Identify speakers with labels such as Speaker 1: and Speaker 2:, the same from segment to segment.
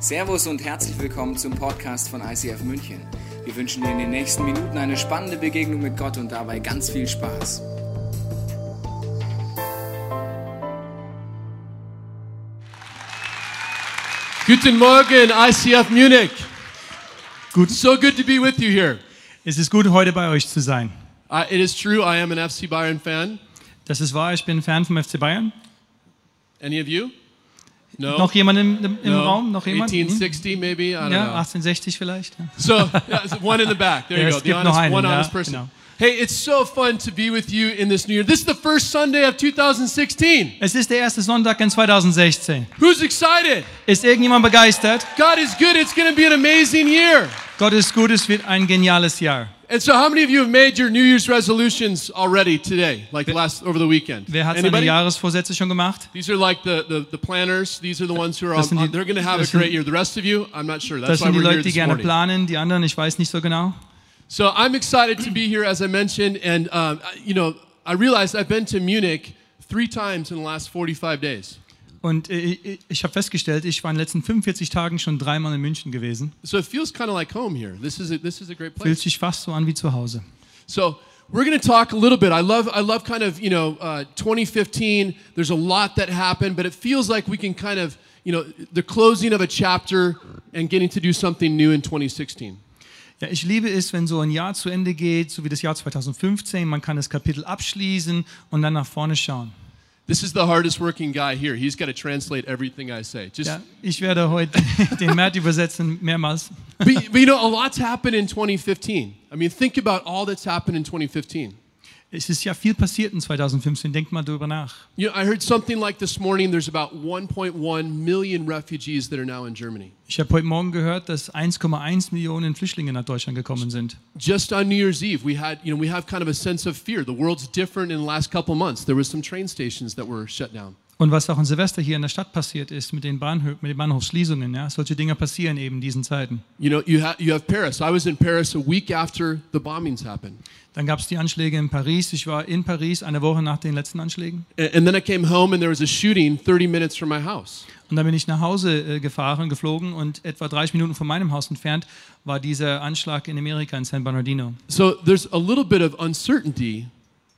Speaker 1: Servus und herzlich willkommen zum Podcast von ICF München. Wir wünschen dir in den nächsten Minuten eine spannende Begegnung mit Gott und dabei ganz viel Spaß.
Speaker 2: Guten Morgen, ICF Munich. Good. So good to be with you here.
Speaker 3: Es ist gut, heute bei euch zu sein.
Speaker 2: Uh, it is true I am an FC Bayern fan.
Speaker 3: Das ist wahr, ich bin Fan vom FC Bayern.
Speaker 2: Any of you? No.
Speaker 3: Noch jemand im, im
Speaker 2: No.
Speaker 3: Raum? Noch jemand? Hm?
Speaker 2: 1860 maybe. I don't
Speaker 3: ja,
Speaker 2: know.
Speaker 3: 1860 vielleicht. Ja.
Speaker 2: So yeah, it's one in the back. There
Speaker 3: Ja,
Speaker 2: you
Speaker 3: es
Speaker 2: go. The
Speaker 3: gibt
Speaker 2: honest,
Speaker 3: noch einen,
Speaker 2: one
Speaker 3: ja,
Speaker 2: honest person.
Speaker 3: genau.
Speaker 2: Hey, it's so fun to be with you in this new year. This is the first Sunday of 2016.
Speaker 3: Es ist der erste Sonntag in 2016.
Speaker 2: Who's excited?
Speaker 3: Ist irgendjemand begeistert?
Speaker 2: God is good. It's going to be an amazing year.
Speaker 3: Gott ist gut, es wird ein geniales Jahr.
Speaker 2: And so, how many of you have made your New Year's resolutions already today, like last over the weekend?
Speaker 3: Wer hat seine
Speaker 2: Anybody?
Speaker 3: Jahresvorsätze schon gemacht?
Speaker 2: These are like the, the, the planners. These are the ones who are
Speaker 3: Das sind
Speaker 2: on,
Speaker 3: die-
Speaker 2: they're going to have a
Speaker 3: das sind-
Speaker 2: great year. The rest of you, I'm not sure.
Speaker 3: Das
Speaker 2: That's why
Speaker 3: sind die
Speaker 2: we're
Speaker 3: Leute,
Speaker 2: here
Speaker 3: die
Speaker 2: this
Speaker 3: gerne
Speaker 2: morning.
Speaker 3: planen, die anderen, ich weiß nicht so genau.
Speaker 2: So I'm excited to be here, as I mentioned, and um, I- you know I realized I've been to Munich three times in the last 45 days.
Speaker 3: Und äh, ich, ich habe festgestellt, ich war in den letzten 45 Tagen schon dreimal in München gewesen.
Speaker 2: So it feels kind of like home here. This is a, this is a great
Speaker 3: Fühlt
Speaker 2: place.
Speaker 3: sich fast so an wie zu Hause.
Speaker 2: So we're going to talk a little bit. I love I love kind of you know uh, 2015. There's a lot that happened, but it feels like we can kind of you know the closing of a chapter and getting to do something new in 2016.
Speaker 3: Ja, ich liebe es, wenn so ein Jahr zu Ende geht, so wie das Jahr 2015. Man kann das Kapitel abschließen und dann nach vorne schauen.
Speaker 2: This is the hardest working guy here. He's got to translate everything I say. Just,
Speaker 3: Ja, ich werde heute den Matt übersetzen mehrmals.
Speaker 2: but, but you know, a lot's happened in 2015. I mean, think about all that's happened in 2015.
Speaker 3: Es ist ja viel passiert in 2015. Denkt mal darüber nach.
Speaker 2: You know, I heard something like this morning. There's about 1.1 million refugees that are now in Germany.
Speaker 3: Ich habe heute Morgen gehört, dass 1,1 Millionen Flüchtlinge nach Deutschland gekommen sind.
Speaker 2: Just on New Year's Eve, we had, you know, we have kind of a sense of fear. The world's different in the last couple months. There was some train stations that were shut down.
Speaker 3: Und was auch in Silvester hier in der Stadt passiert ist mit den, Bahnhö mit den Bahnhofschließungen. Ja? Solche Dinge passieren eben in diesen Zeiten.
Speaker 2: You know, you, ha- you have Paris. I was in Paris a week after the bombings happened.
Speaker 3: Dann gab es die Anschläge in Paris. Ich war in Paris eine Woche nach den letzten Anschlägen.
Speaker 2: A- and then I came home and there was a shooting 30 minutes from my house.
Speaker 3: Und dann bin ich nach Hause äh, gefahren, geflogen und etwa 30 Minuten von meinem Haus entfernt war dieser Anschlag in Amerika, in San Bernardino.
Speaker 2: So there's a little bit of uncertainty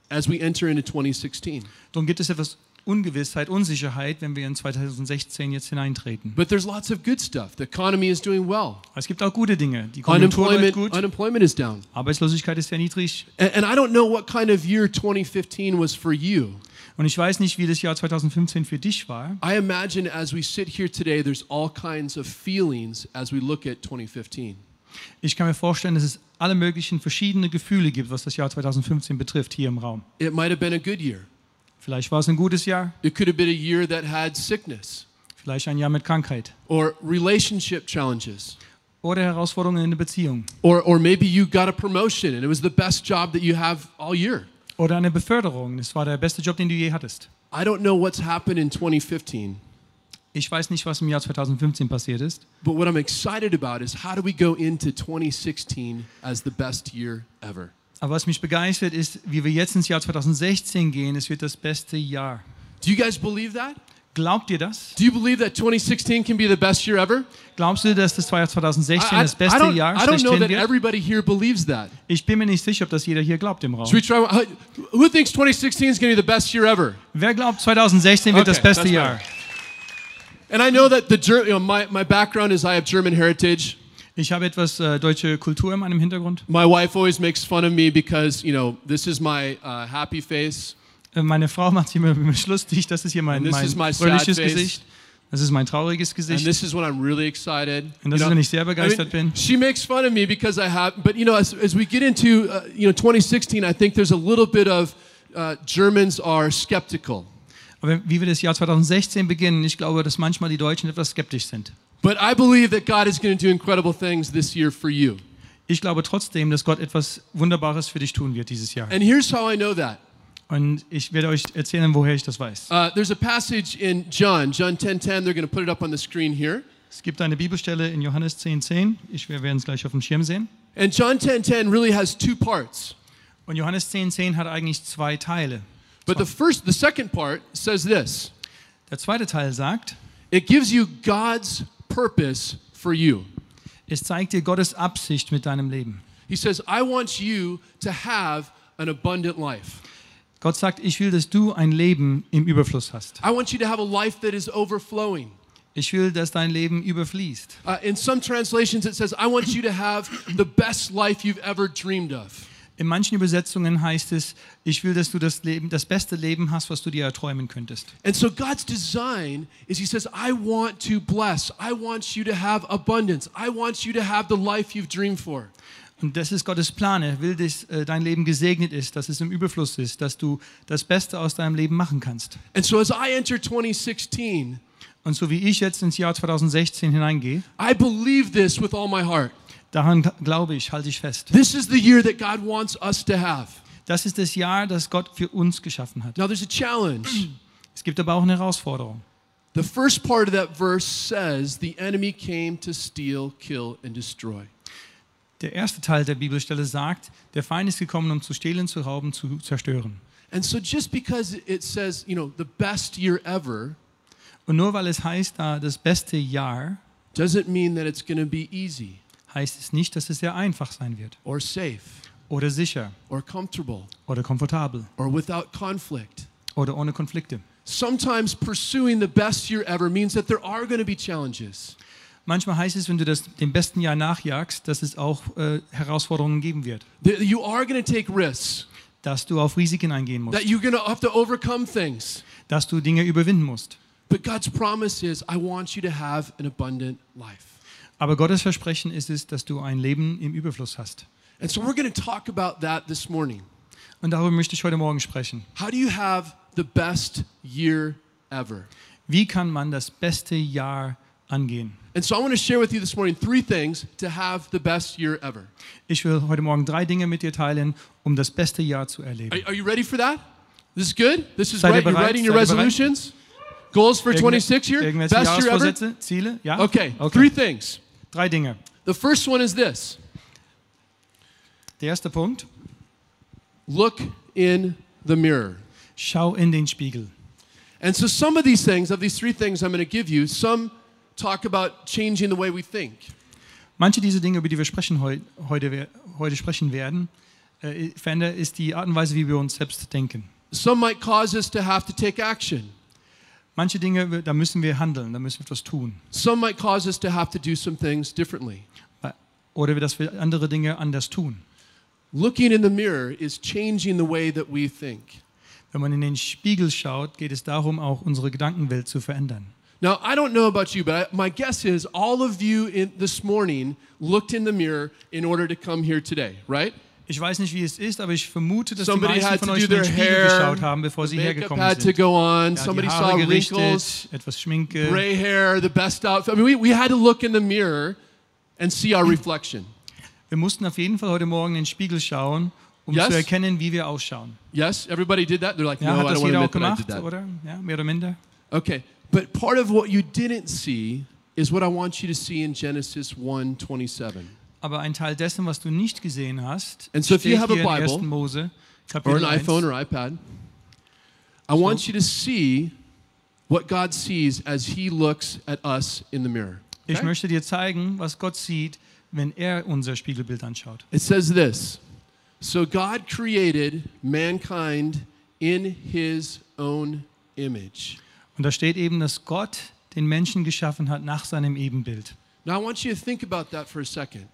Speaker 2: as we enter into 2016.
Speaker 3: Darum gibt es etwas Ungewissheit, Unsicherheit, wenn wir in 2016 jetzt hineintreten.
Speaker 2: But there's lots of good stuff. The economy is doing well.
Speaker 3: Aber es gibt auch gute Dinge. Die Konjunktur läuft
Speaker 2: Unemployment,
Speaker 3: gut,
Speaker 2: unemployment is down.
Speaker 3: Arbeitslosigkeit ist sehr niedrig.
Speaker 2: And, and I don't know what kind of year 2015 was for you.
Speaker 3: Und ich weiß nicht, wie das Jahr 2015 für dich war.
Speaker 2: I imagine as we sit here today, there's all kinds of feelings as we look at 2015.
Speaker 3: Ich kann mir vorstellen, dass es alle möglichen verschiedene Gefühle gibt, was das Jahr 2015 betrifft, hier im Raum.
Speaker 2: It might have been a good year.
Speaker 3: Vielleicht war es ein gutes Jahr,
Speaker 2: It could have been a year that had sickness
Speaker 3: vielleicht ein Jahr mit Krankheit
Speaker 2: or relationship challenges.
Speaker 3: oder Herausforderungen in der Beziehung
Speaker 2: Or, or maybe you got a promotion and it was the best job that you have all year.
Speaker 3: oder eine Beförderung. Das war der beste Job, den du je hattest.
Speaker 2: I don't know what's happened in 2015,
Speaker 3: Ich weiß nicht, was im Jahr 2015 passiert ist,
Speaker 2: but what I'm excited about is how do we go into 2016 as the best year ever?
Speaker 3: aber was mich begeistert ist, wie wir jetzt ins Jahr 2016 gehen, es wird das beste Jahr.
Speaker 2: Do you guys believe that?
Speaker 3: Glaubt ihr das?
Speaker 2: Do you believe that 2016 can be the best year ever?
Speaker 3: Glaubst du, dass das Jahr 2016
Speaker 2: I,
Speaker 3: das
Speaker 2: I- I
Speaker 3: beste
Speaker 2: don't,
Speaker 3: Jahr
Speaker 2: I don't know
Speaker 3: schlechthin
Speaker 2: that
Speaker 3: wird?
Speaker 2: everybody here believes that.
Speaker 3: Ich bin mir nicht sicher, ob das jeder hier glaubt im
Speaker 2: Should
Speaker 3: Raum.
Speaker 2: we try? one- Who thinks 2016 is going to be the best year ever?
Speaker 3: Wer glaubt, 2016 wird
Speaker 2: Okay,
Speaker 3: das beste
Speaker 2: that's
Speaker 3: Jahr?
Speaker 2: better. And I know that the Ger- you know, my, my background is I have German heritage.
Speaker 3: Ich habe etwas äh, deutsche Kultur in meinem Hintergrund.
Speaker 2: My wife always makes fun of me because you know this is my uh, happy face.
Speaker 3: Äh, meine Frau macht sich immer über mich lustig. Das ist hier mein,
Speaker 2: this
Speaker 3: mein
Speaker 2: is my sad
Speaker 3: fröhliches
Speaker 2: face.
Speaker 3: Gesicht. Das ist mein trauriges
Speaker 2: And
Speaker 3: Gesicht.
Speaker 2: this is when I'm really excited.
Speaker 3: Und das ist, wenn ich sehr
Speaker 2: I mean,
Speaker 3: begeistert bin.
Speaker 2: She makes fun of me because I have, but you know, as, as we get into uh, you know 2016, I think there's a little bit of uh, Germans are skeptical.
Speaker 3: Aber wie wir das Jahr 2016 beginnen, ich glaube, dass manchmal die Deutschen etwas skeptisch sind.
Speaker 2: But I believe that God is going to do incredible things this year for you.
Speaker 3: Ich glaube trotzdem, dass Gott etwas Wunderbares für dich tun wird dieses Jahr.
Speaker 2: And here's how I know that.
Speaker 3: Und ich werde euch erzählen, woher ich das weiß.
Speaker 2: Uh, there's a passage in John, John 10:10. They're going to put it up on the screen here.
Speaker 3: Es gibt eine Bibelstelle in Johannes 10,10. 10. Ich wir werden es gleich auf dem Schirm sehen.
Speaker 2: And John 10:10 really has two parts.
Speaker 3: Und Johannes 10,10 10 hat eigentlich zwei Teile.
Speaker 2: But the first, the second part says this.
Speaker 3: Der zweite Teil sagt,
Speaker 2: It gives you God's purpose for you.
Speaker 3: Es zeigt dir Gottes Absicht mit deinem Leben.
Speaker 2: He says, I want you to have an abundant life.
Speaker 3: Gott sagt, ich will, dass du ein Leben im Überfluss hast.
Speaker 2: I want you to have a life that is overflowing.
Speaker 3: Ich will, dass dein Leben überfließt.
Speaker 2: Uh, in some translations, it says, I want you to have the best life you've ever dreamed of.
Speaker 3: In manchen Übersetzungen heißt es, ich will, dass du das Leben, das beste Leben hast, was du dir erträumen könntest.
Speaker 2: And so God's design is He says, I want to bless. I want you to have abundance. I want you to have the life you've dreamed for.
Speaker 3: Und das ist Gottes Plan. Er will, dass äh, dein Leben gesegnet ist, dass es im Überfluss ist, dass du das Beste aus deinem Leben machen kannst.
Speaker 2: And so as I enter 2016,
Speaker 3: Und so wie ich jetzt ins Jahr 2016 hineingehe,
Speaker 2: I believe this with all my heart.
Speaker 3: daran gl- glaube ich, halte ich fest.
Speaker 2: This is the year that God wants us to have.
Speaker 3: Das ist das Jahr, das Gott für uns geschaffen hat.
Speaker 2: Now, there's a challenge.
Speaker 3: Es gibt aber auch eine Herausforderung.
Speaker 2: The first part of that verse says, The enemy came to steal, kill, and destroy.
Speaker 3: Der erste Teil der Bibelstelle sagt, der Feind ist gekommen, um zu stehlen, zu rauben, zu zerstören.
Speaker 2: And so, just because it says, you know, the best year ever,
Speaker 3: Und nur weil es heißt, da das beste Jahr,
Speaker 2: doesn't mean that it's going to be easy
Speaker 3: heißt es nicht, dass es sehr einfach sein wird.
Speaker 2: or safe
Speaker 3: Oder sicher.
Speaker 2: or comfortable
Speaker 3: Oder komfortabel.
Speaker 2: or without conflict.
Speaker 3: Oder ohne Konflikte.
Speaker 2: Sometimes pursuing the best year ever means that there are going to be challenges.
Speaker 3: Manchmal heißt es, wenn du das dem besten Jahr nachjagst, dass es auch äh, Herausforderungen geben wird.
Speaker 2: That you are going to take risks,
Speaker 3: Dass du auf Risiken eingehen musst.
Speaker 2: that you're going to have to overcome things.
Speaker 3: Dass du Dinge überwinden musst.
Speaker 2: But God's promise is, I want you to have an abundant life.
Speaker 3: Aber Gottes Versprechen ist es, dass du ein Leben im Überfluss hast.
Speaker 2: And so we're going to talk about that this morning.
Speaker 3: Und darüber möchte ich heute Morgen sprechen.
Speaker 2: How do you have the best year ever?
Speaker 3: Wie kann man das beste Jahr angehen?
Speaker 2: And so I want to share with you this morning three things to have the best year ever.
Speaker 3: Ich will heute Morgen drei Dinge mit dir teilen, um das beste Jahr zu
Speaker 2: Are,
Speaker 3: erleben.
Speaker 2: are you ready for that? This is good? This is
Speaker 3: Seid ihr
Speaker 2: right? You're
Speaker 3: bereit?
Speaker 2: writing your
Speaker 3: Seid ihr bereit?
Speaker 2: resolutions? Goals for 26 here?
Speaker 3: Irgendwelche
Speaker 2: Best year ever?
Speaker 3: Jahresvorsätze, Ziele? Ja?
Speaker 2: Okay, three
Speaker 3: okay.
Speaker 2: things.
Speaker 3: Drei Dinge.
Speaker 2: The first one is this
Speaker 3: Der erste Punkt,
Speaker 2: look in the mirror.
Speaker 3: schau in den Spiegel.
Speaker 2: And so some of these things, of these three things I'm going to give you, some talk about changing the way we think.
Speaker 3: Manche dieser Dinge, über die wir sprechen heu heute, wer- heute sprechen werden, äh, verändert ist die Art und Weise, wie wir uns selbst denken.
Speaker 2: Some might cause us to have to take action.
Speaker 3: Manche Dinge, wir- da müssen wir handeln, da müssen wir etwas tun.
Speaker 2: Some might cause us to have to do some things differently.
Speaker 3: Äh, Oder wir- dass wir andere Dinge anders tun.
Speaker 2: Looking in the mirror is changing the way that we think.
Speaker 3: Wenn man in den Spiegel schaut, geht es darum, auch unsere Gedankenwelt zu verändern.
Speaker 2: Now, I don't know about you, but I, my guess is all of you in, this morning looked in the mirror in order to come here today, right?
Speaker 3: Ich weiß nicht, wie es ist, aber ich vermute, dass
Speaker 2: Somebody
Speaker 3: die meisten
Speaker 2: had
Speaker 3: von
Speaker 2: to
Speaker 3: euch
Speaker 2: do
Speaker 3: in den
Speaker 2: their
Speaker 3: Spiegel
Speaker 2: hair.
Speaker 3: geschaut haben, bevor sie
Speaker 2: Makeup
Speaker 3: hergekommen
Speaker 2: had to
Speaker 3: sind.
Speaker 2: go on.
Speaker 3: Ja,
Speaker 2: Somebody
Speaker 3: die
Speaker 2: saw
Speaker 3: Haare gerichtet,
Speaker 2: wrinkles,
Speaker 3: etwas Schminke,
Speaker 2: gray hair, the best outfit. I mean, we, we had to look in the mirror and see our reflection.
Speaker 3: Wir mussten auf jeden Fall heute Morgen in den Spiegel schauen, um
Speaker 2: Yes?
Speaker 3: zu erkennen, wie wir ausschauen.
Speaker 2: Yes, everybody did that. They're like,
Speaker 3: Ja,
Speaker 2: no,
Speaker 3: hat
Speaker 2: I
Speaker 3: das
Speaker 2: don't want to
Speaker 3: jeder auch
Speaker 2: admit that I did
Speaker 3: gemacht,
Speaker 2: that.
Speaker 3: oder? Ja, mehr oder minder.
Speaker 2: Okay, but part of what you didn't see is what I want you to see in Genesis 1
Speaker 3: Aber ein Teil dessen, was du nicht gesehen hast,
Speaker 2: And so if you
Speaker 3: steht
Speaker 2: have a
Speaker 3: hier in
Speaker 2: Bible
Speaker 3: 1. Mose,
Speaker 2: or an
Speaker 3: Kapitel 1.
Speaker 2: iPhone or iPad. I want you to see what God sees as He looks at us in the mirror.
Speaker 3: Ich
Speaker 2: okay?
Speaker 3: möchte dir zeigen, was Gott sieht, wenn er unser Spiegelbild anschaut.
Speaker 2: It says this So God created mankind in His own image.
Speaker 3: Und da steht eben, dass Gott den Menschen geschaffen hat nach seinem Ebenbild.
Speaker 2: Now, I want you to think about that for a second.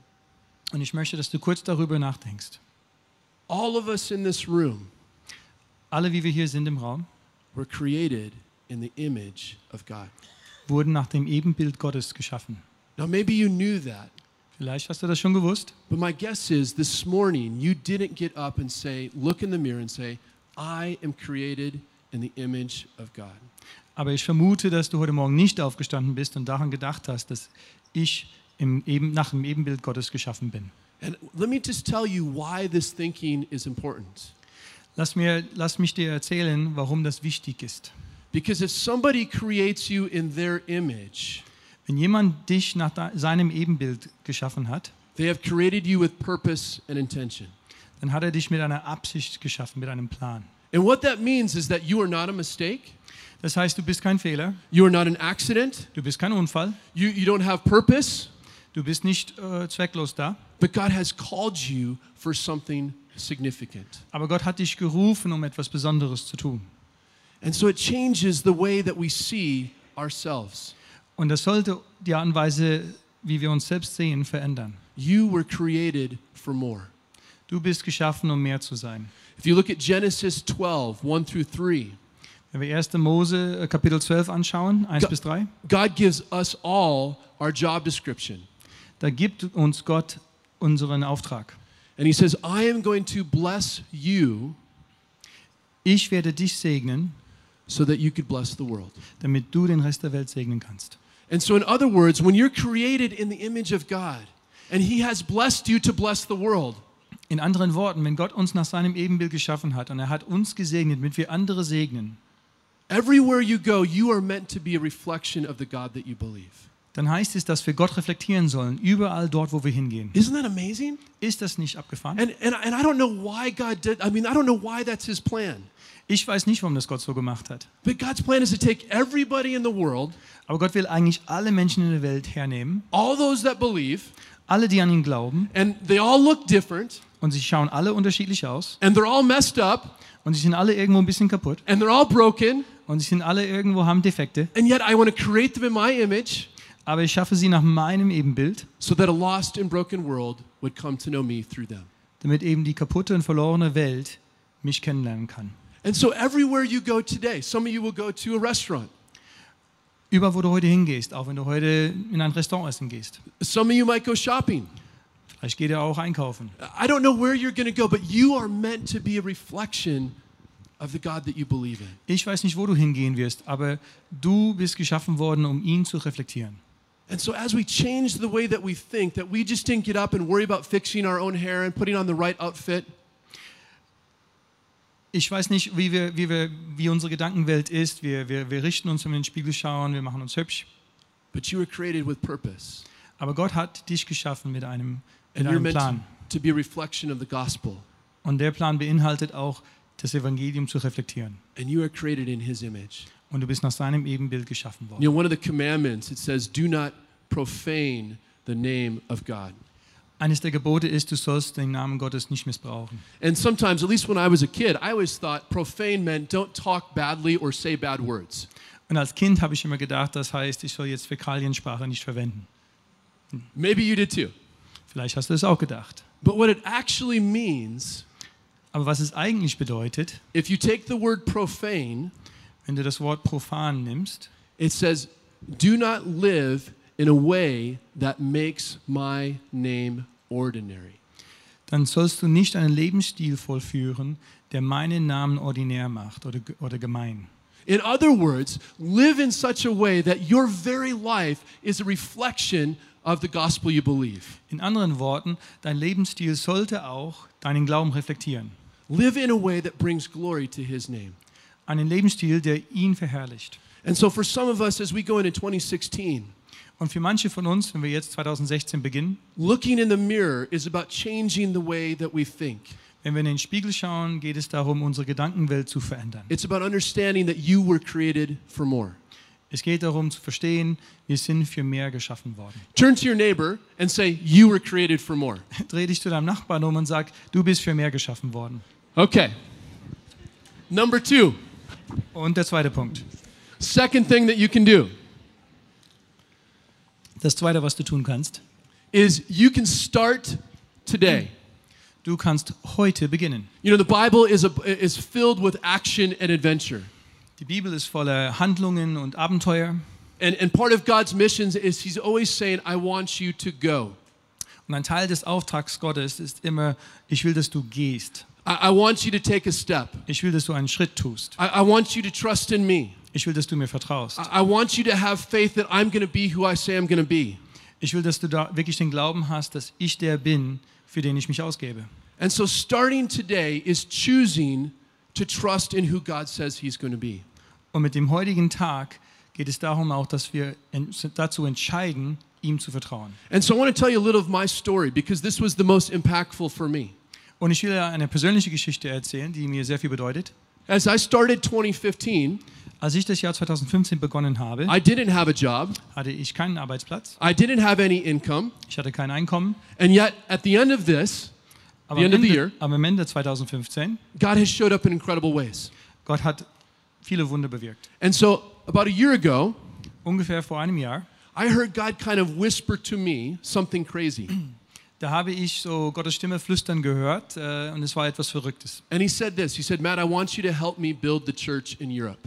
Speaker 3: Und ich möchte, dass du kurz darüber nachdenkst.
Speaker 2: All of us in this room
Speaker 3: Alle, wie wir hier sind im Raum,
Speaker 2: were created in the image of God.
Speaker 3: wurden nach dem Ebenbild Gottes geschaffen.
Speaker 2: Now, maybe you knew that,
Speaker 3: Vielleicht hast du das schon gewusst,
Speaker 2: but my guess is this morning you didn't get up and say, look in the mirror and say, I am created in the image of God.
Speaker 3: aber ich vermute, dass du heute Morgen nicht aufgestanden bist und daran gedacht hast, dass ich im Eben, nach dem Ebenbild Gottes geschaffen bin.
Speaker 2: And let me just tell you why this thinking is important.
Speaker 3: Lass, mir, lass mich dir erzählen, warum das wichtig ist.
Speaker 2: Because if somebody creates you in their image,
Speaker 3: Wenn jemand dich nach de- seinem Ebenbild geschaffen hat,
Speaker 2: they have created you with purpose and intention.
Speaker 3: dann hat er dich mit einer Absicht geschaffen, mit einem Plan.
Speaker 2: And what that means is that you are not a mistake,
Speaker 3: Das heißt, du bist kein Fehler,
Speaker 2: You are not an accident.
Speaker 3: du bist kein Unfall,
Speaker 2: You, you don't have purpose.
Speaker 3: du bist nicht äh, zwecklos da,
Speaker 2: But God has called you for something significant.
Speaker 3: aber Gott hat dich gerufen, um etwas Besonderes zu tun.
Speaker 2: And so it changes the way that we see ourselves.
Speaker 3: Und das sollte die Art und Weise, wie wir uns selbst sehen, verändern.
Speaker 2: You were created for more.
Speaker 3: Du bist geschaffen, um mehr zu sein.
Speaker 2: If you look at Genesis 12, 1 through 3,
Speaker 3: Wenn wir 1. Mose äh, Kapitel 12 anschauen, 1
Speaker 2: Ga-
Speaker 3: bis 3,
Speaker 2: God gives us all our job description.
Speaker 3: da gibt uns Gott unseren Auftrag.
Speaker 2: And he says, I am going to bless you
Speaker 3: Ich werde dich segnen,
Speaker 2: so that you could bless the world.
Speaker 3: damit du den Rest der Welt segnen kannst.
Speaker 2: And so, in other words, when you're created in the image of God and he has blessed you to bless the world,
Speaker 3: In anderen Worten, wenn Gott uns nach seinem Ebenbild geschaffen hat und er hat uns gesegnet, damit wir andere segnen,
Speaker 2: everywhere you go, you are meant to be a reflection of the God that you believe.
Speaker 3: dann heißt es, dass wir Gott reflektieren sollen, überall dort, wo wir hingehen.
Speaker 2: Isn't that amazing?
Speaker 3: Ist das nicht abgefahren?
Speaker 2: And, and, and I don't know why God did, I mean, I don't know why that's his plan.
Speaker 3: Ich weiß nicht, warum das Gott so gemacht hat.
Speaker 2: But God's plan is to take everybody in the world,
Speaker 3: Aber Gott will eigentlich alle Menschen in der Welt hernehmen,
Speaker 2: all those that believe,
Speaker 3: alle, die an ihn glauben,
Speaker 2: and they all look different,
Speaker 3: und sie schauen alle unterschiedlich aus,
Speaker 2: and they're all messed up,
Speaker 3: und sie sind alle irgendwo ein bisschen kaputt,
Speaker 2: and they're all broken,
Speaker 3: und sie sind alle irgendwo haben Defekte,
Speaker 2: and yet I want to create them in my image
Speaker 3: aber ich schaffe sie nach meinem Ebenbild,
Speaker 2: so that a lost and broken world would come to know me through them.
Speaker 3: damit eben die kaputte und verlorene Welt mich kennenlernen kann.
Speaker 2: And so everywhere you go today, some of you will go to a restaurant.
Speaker 3: Über wo du heute hingehst, auch wenn du heute in ein Restaurant essen gehst.
Speaker 2: Some of you might go shopping.
Speaker 3: Vielleicht geht er auch einkaufen.
Speaker 2: I don't know where you're going to go, but you are meant to be a reflection of the God that you believe in.
Speaker 3: Ich weiß nicht, wo du hingehen wirst, aber du bist geschaffen worden, um ihn zu reflektieren.
Speaker 2: And so, as we change the way that we think, that we just didn't get up and worry about fixing our own hair and putting on the right outfit,
Speaker 3: Ich weiß nicht, wie, wir, wie, wir, wie unsere Gedankenwelt ist. Wir, wir, wir richten uns, wenn wir in den Spiegel schauen, wir machen uns hübsch.
Speaker 2: but you were created with purpose.
Speaker 3: Aber Gott hat dich geschaffen mit einem,
Speaker 2: And
Speaker 3: mit
Speaker 2: you're
Speaker 3: einem
Speaker 2: meant to,
Speaker 3: Plan.
Speaker 2: to be a reflection of the gospel.
Speaker 3: Und der Plan beinhaltet auch, das Evangelium zu reflektieren.
Speaker 2: And you are created in his image.
Speaker 3: Und du bist nach seinem Ebenbild geschaffen worden.
Speaker 2: You know, one of the commandments, it says, do not profane the name of God.
Speaker 3: Eines der Gebote ist, du sollst den Namen Gottes nicht missbrauchen.
Speaker 2: And sometimes, at least when I was a kid, I always thought profane meant don't talk badly or say bad words.
Speaker 3: Und als Kind habe ich immer gedacht, das heißt, ich soll jetzt Fäkaliensprache nicht verwenden.
Speaker 2: Maybe you did too.
Speaker 3: Vielleicht hast du das auch gedacht.
Speaker 2: But what it actually means,
Speaker 3: Aber was es eigentlich bedeutet,
Speaker 2: if you take the word profane,
Speaker 3: wenn du das Wort profan nimmst,
Speaker 2: It says, Do not live in a way that makes my name ordinary.
Speaker 3: dann sollst du nicht einen Lebensstil vollführen, der meinen Namen ordinär macht oder, ge- oder gemein.
Speaker 2: In other words, live in such a way that your very life is a reflection of the gospel you believe.
Speaker 3: In anderen Worten, dein Lebensstil sollte auch deinen Glauben reflektieren.
Speaker 2: Live in a way that brings glory to his name.
Speaker 3: Einen Lebensstil, der ihn verherrlicht.
Speaker 2: And so, for some of us, as we go into 2016,
Speaker 3: Und für manche von uns, wenn wir jetzt 2016 beginnen,
Speaker 2: looking in the mirror is about changing the way that we think.
Speaker 3: wenn wir in den Spiegel schauen, geht es darum, unsere Gedankenwelt zu verändern.
Speaker 2: It's about understanding that you were created for more.
Speaker 3: Es geht darum zu verstehen, wir sind für mehr geschaffen worden.
Speaker 2: Turn to your neighbor and say, You were created for more.
Speaker 3: Dreh dich zu deinem Nachbarn um und sag, du bist für mehr geschaffen worden.
Speaker 2: Okay. Number two,
Speaker 3: Und der zweite Punkt.
Speaker 2: second thing that you can do
Speaker 3: Das zweite, was du tun kannst,
Speaker 2: is you can start today.
Speaker 3: du kannst heute beginnen.
Speaker 2: You know, the Bible is, a, is filled with action and adventure.
Speaker 3: Die Bibel ist voller Handlungen und Abenteuer.
Speaker 2: And, and part of God's missions is He's always saying, I want you to go.
Speaker 3: Und ein Teil des Auftrags Gottes ist immer, ich will, dass du gehst.
Speaker 2: I, I want you to take a step.
Speaker 3: Ich will, dass du einen Schritt tust.
Speaker 2: I, I want you to trust in me.
Speaker 3: Ich will, dass du mir vertraust.
Speaker 2: I, I want you to have faith that I'm going to be who I say I'm going to be.
Speaker 3: Ich will, dass du da wirklich den Glauben hast, dass ich der bin, für den ich mich ausgebe.
Speaker 2: And so, starting today is choosing to trust in who God says He's going to be.
Speaker 3: Und mit dem heutigen Tag geht es darum auch, dass wir en- dazu entscheiden, ihm zu vertrauen.
Speaker 2: And so I want to tell you a little of my story because this was the most impactful for me.
Speaker 3: Und ich will ja eine persönliche Geschichte erzählen, die mir sehr viel bedeutet.
Speaker 2: As I started 2015,
Speaker 3: Als ich das Jahr 2015 begonnen habe,
Speaker 2: I didn't have a job.
Speaker 3: hatte ich keinen Arbeitsplatz,
Speaker 2: I didn't have any income.
Speaker 3: ich hatte kein Einkommen.
Speaker 2: And yet, at the end of this,
Speaker 3: Aber,
Speaker 2: The
Speaker 3: am
Speaker 2: end of the
Speaker 3: Ende,
Speaker 2: year.
Speaker 3: aber am Ende 2015,
Speaker 2: God has showed up in incredible ways.
Speaker 3: Gott hat viele Wunder bewirkt.
Speaker 2: And so, about a year ago,
Speaker 3: Ungefähr vor einem Jahr,
Speaker 2: I heard God kind of whisper to me something crazy.
Speaker 3: da habe ich so Gottes Stimme flüstern gehört äh, und es war etwas Verrücktes.
Speaker 2: And He said this He said, Matt, I want you to help me build the church in Europe.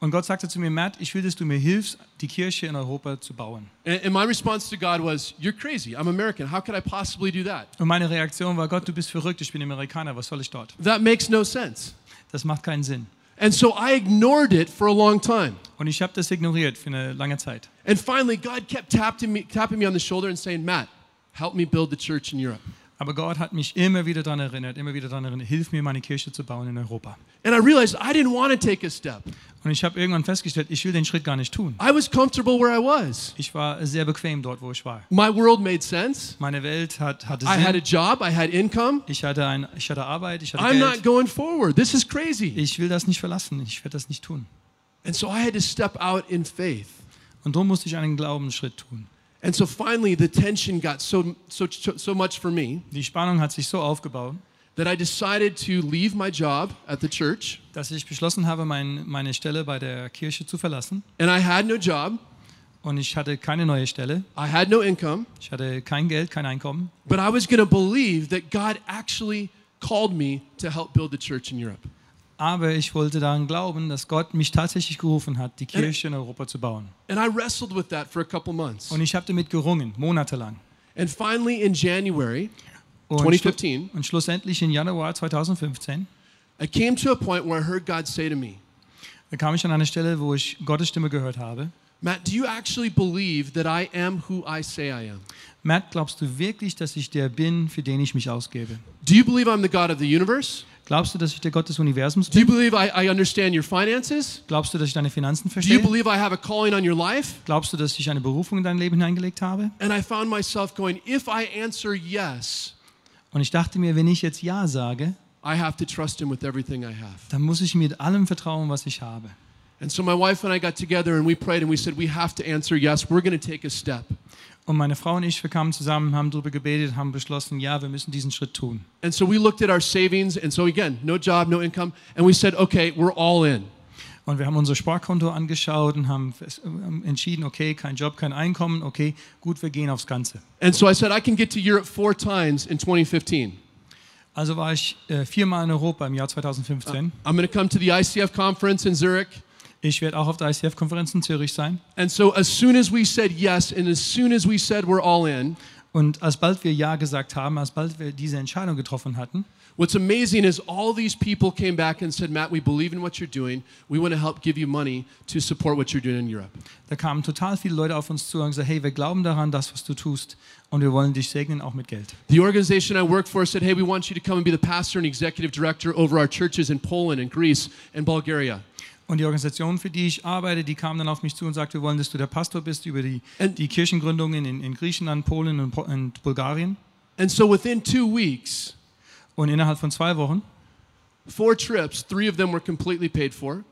Speaker 3: Und Gott sagte zu mir, Matt, ich will, dass du mir hilfst, die Kirche in Europa zu bauen.
Speaker 2: And, and my response to God was, You're crazy. I'm American. How could I possibly do that?
Speaker 3: Und meine Reaktion war, Gott, du bist verrückt, ich bin Amerikaner, was soll ich dort?
Speaker 2: That makes no sense.
Speaker 3: Das macht keinen Sinn.
Speaker 2: And so I ignored it for a long time.
Speaker 3: Und ich habe das ignoriert für eine lange Zeit.
Speaker 2: And finally, God kept tapping me, tapping me on the shoulder and saying, Matt, help me build the church in Europe.
Speaker 3: Aber Gott hat mich immer wieder daran erinnert, immer wieder daran erinnert, hilf mir, meine Kirche zu bauen in Europa.
Speaker 2: And I realized I didn't want to take a step.
Speaker 3: Und ich habe irgendwann festgestellt, ich will den Schritt gar nicht tun.
Speaker 2: I was comfortable where I was.
Speaker 3: Ich war sehr bequem dort, wo ich war.
Speaker 2: My world made sense.
Speaker 3: Meine Welt hat, hatte
Speaker 2: I had a
Speaker 3: Sinn.
Speaker 2: job, I had income.
Speaker 3: Ich hatte, ein, ich hatte Arbeit, ich hatte
Speaker 2: I'm not
Speaker 3: Geld.
Speaker 2: going forward. This is crazy.
Speaker 3: Ich will das nicht verlassen, ich werde das nicht tun.
Speaker 2: And so I had to step out in faith.
Speaker 3: Und darum musste ich einen Glaubensschritt tun.
Speaker 2: And so finally, the tension got so, so, so much for me
Speaker 3: Die Spannung hat sich so aufgebaut,
Speaker 2: that I decided to leave my job at the church.
Speaker 3: dass ich beschlossen habe, mein, meine Stelle bei der Kirche zu verlassen.
Speaker 2: And I had no job,
Speaker 3: Und ich hatte keine neue Stelle.
Speaker 2: I had no income,
Speaker 3: Ich hatte kein Geld, kein Einkommen.
Speaker 2: but I was going to believe that God actually called me to help build the church in Europe.
Speaker 3: Aber ich wollte daran glauben, dass Gott mich tatsächlich gerufen hat, die Kirche in Europa zu bauen.
Speaker 2: And I wrestled with that for a couple months.
Speaker 3: Und ich habe damit gerungen, monatelang.
Speaker 2: And finally, in January,
Speaker 3: Und,
Speaker 2: 2015.
Speaker 3: schlu- und schlussendlich im Januar 2015,
Speaker 2: I came to a point where I heard God say to me,
Speaker 3: da kam ich an eine Stelle, wo ich Gottes Stimme gehört habe.
Speaker 2: Matt, do you actually believe that I am who I say I am?
Speaker 3: Matt, glaubst du wirklich, dass ich der bin, für den ich mich ausgebe?
Speaker 2: Do you believe I'm the God of the universe?
Speaker 3: Glaubst du, dass ich der Gott des Universums
Speaker 2: Do you
Speaker 3: bin?
Speaker 2: believe I, I understand your finances?
Speaker 3: Glaubst du, dass ich deine Finanzen
Speaker 2: Do you
Speaker 3: verstehe?
Speaker 2: believe I have a calling on your life?
Speaker 3: Glaubst du, dass ich eine Berufung in dein Leben hineingelegt habe?
Speaker 2: And I found myself going, if I answer yes,
Speaker 3: Und ich dachte mir, wenn ich jetzt Ja sage,
Speaker 2: I have to trust him with everything I have.
Speaker 3: dann muss ich mit allem vertrauen, was ich habe.
Speaker 2: And so my wife and I got together and we prayed and we said, we have to answer yes. We're going to take a step.
Speaker 3: Und meine Frau und ich, wir kamen zusammen, haben darüber gebetet, haben beschlossen, ja, wir müssen diesen Schritt tun.
Speaker 2: And so we looked at our savings. And so again, no job, no income. And we said, okay, we're all in.
Speaker 3: Und wir haben unser Sparkonto angeschaut und haben fest- haben entschieden, okay, kein Job, kein Einkommen, okay, gut, wir gehen aufs Ganze.
Speaker 2: And so I said, I can get to Europe four times in 2015.
Speaker 3: Also war ich äh, viermal in Europa im Jahr 2015.
Speaker 2: I'm going to come to the ICF conference in Zurich.
Speaker 3: Ich werde auch auf der ICF-Konferenz in Zürich sein.
Speaker 2: And so, as soon as we said yes, and as soon as we said we're all in,
Speaker 3: Und alsbald wir Ja gesagt haben, alsbald wir diese Entscheidung getroffen hatten,
Speaker 2: what's amazing is all these people came back and said, Matt, we believe in what you're doing. We want to help give you money to support what you're doing in Europe.
Speaker 3: da kamen total viele Leute auf uns zu und haben gesagt, hey, wir glauben daran, das, was du tust und wir wollen dich segnen, auch mit Geld.
Speaker 2: The organization I work for said, hey, we want you to come and be the pastor and executive director over our churches in Poland and Greece and Bulgaria.
Speaker 3: Und die Organisation, für die ich arbeite, die kam dann auf mich zu und sagte, wir wollen, dass du der Pastor bist über die,
Speaker 2: And-
Speaker 3: die Kirchengründungen in, in Griechenland, Polen und, Po- und Bulgarien.
Speaker 2: And so, within two weeks,
Speaker 3: Und innerhalb von zwei Wochen,
Speaker 2: four trips, three of them were completely paid for,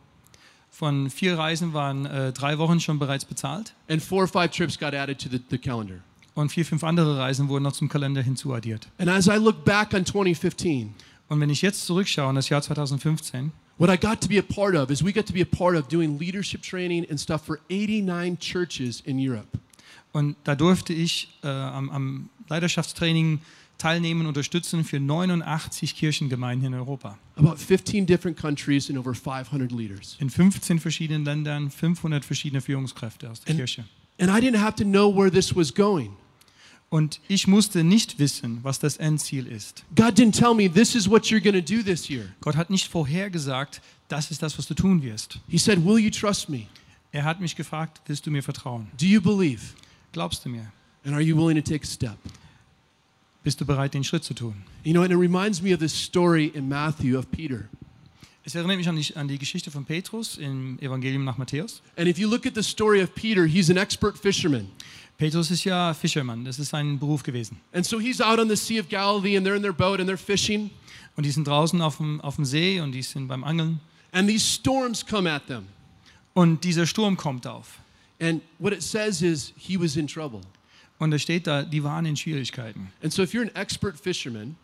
Speaker 3: von vier Reisen waren äh, drei Wochen schon bereits bezahlt
Speaker 2: and four or five trips got added to the, the calendar.
Speaker 3: und vier, fünf andere Reisen wurden noch zum Kalender hinzuaddiert.
Speaker 2: And as I look back on 2015,
Speaker 3: Und wenn ich jetzt zurückschaue in das Jahr 2015,
Speaker 2: What I got to be a part of is we got to be a part of doing leadership training and stuff for 89 churches in Europe.
Speaker 3: und da durfte ich äh, am, am Leiterschaftstraining teilnehmen, unterstützen für 89 Kirchengemeinden in Europa.
Speaker 2: About 15 different countries and over 500 leaders.
Speaker 3: In 15 verschiedenen Ländern, 500 verschiedene Führungskräfte aus der
Speaker 2: And-
Speaker 3: Kirche.
Speaker 2: And I didn't have to know where this was going.
Speaker 3: Und ich musste nicht wissen, was das Endziel ist.
Speaker 2: God didn't tell me this is what you're going to do this year.
Speaker 3: Gott hat nicht vorhergesagt, das ist das, was du tun wirst.
Speaker 2: He said, Will you trust me?
Speaker 3: Er hat mich gefragt, willst du mir vertrauen?
Speaker 2: Do you believe?
Speaker 3: Glaubst du mir?
Speaker 2: And are you willing to take a step?
Speaker 3: Bist du bereit, den Schritt zu tun?
Speaker 2: You know, and it reminds me of this story in Matthew of Peter.
Speaker 3: Es erinnert mich an die, an die Geschichte von Petrus im Evangelium nach Matthäus.
Speaker 2: And if you look at the story of Peter, he's an expert fisherman.
Speaker 3: Petrus ist ja Fischermann, das ist sein Beruf gewesen.
Speaker 2: And so he's out on the Sea of Galilee and they're in their boat and they're fishing.
Speaker 3: Und die sind draußen auf dem, auf dem See und die sind beim Angeln.
Speaker 2: And these storms come at them.
Speaker 3: Und dieser Sturm kommt auf.
Speaker 2: And what it says is he was in trouble.
Speaker 3: Und da steht da, die waren in Schwierigkeiten.
Speaker 2: And so if you're an expert fisherman,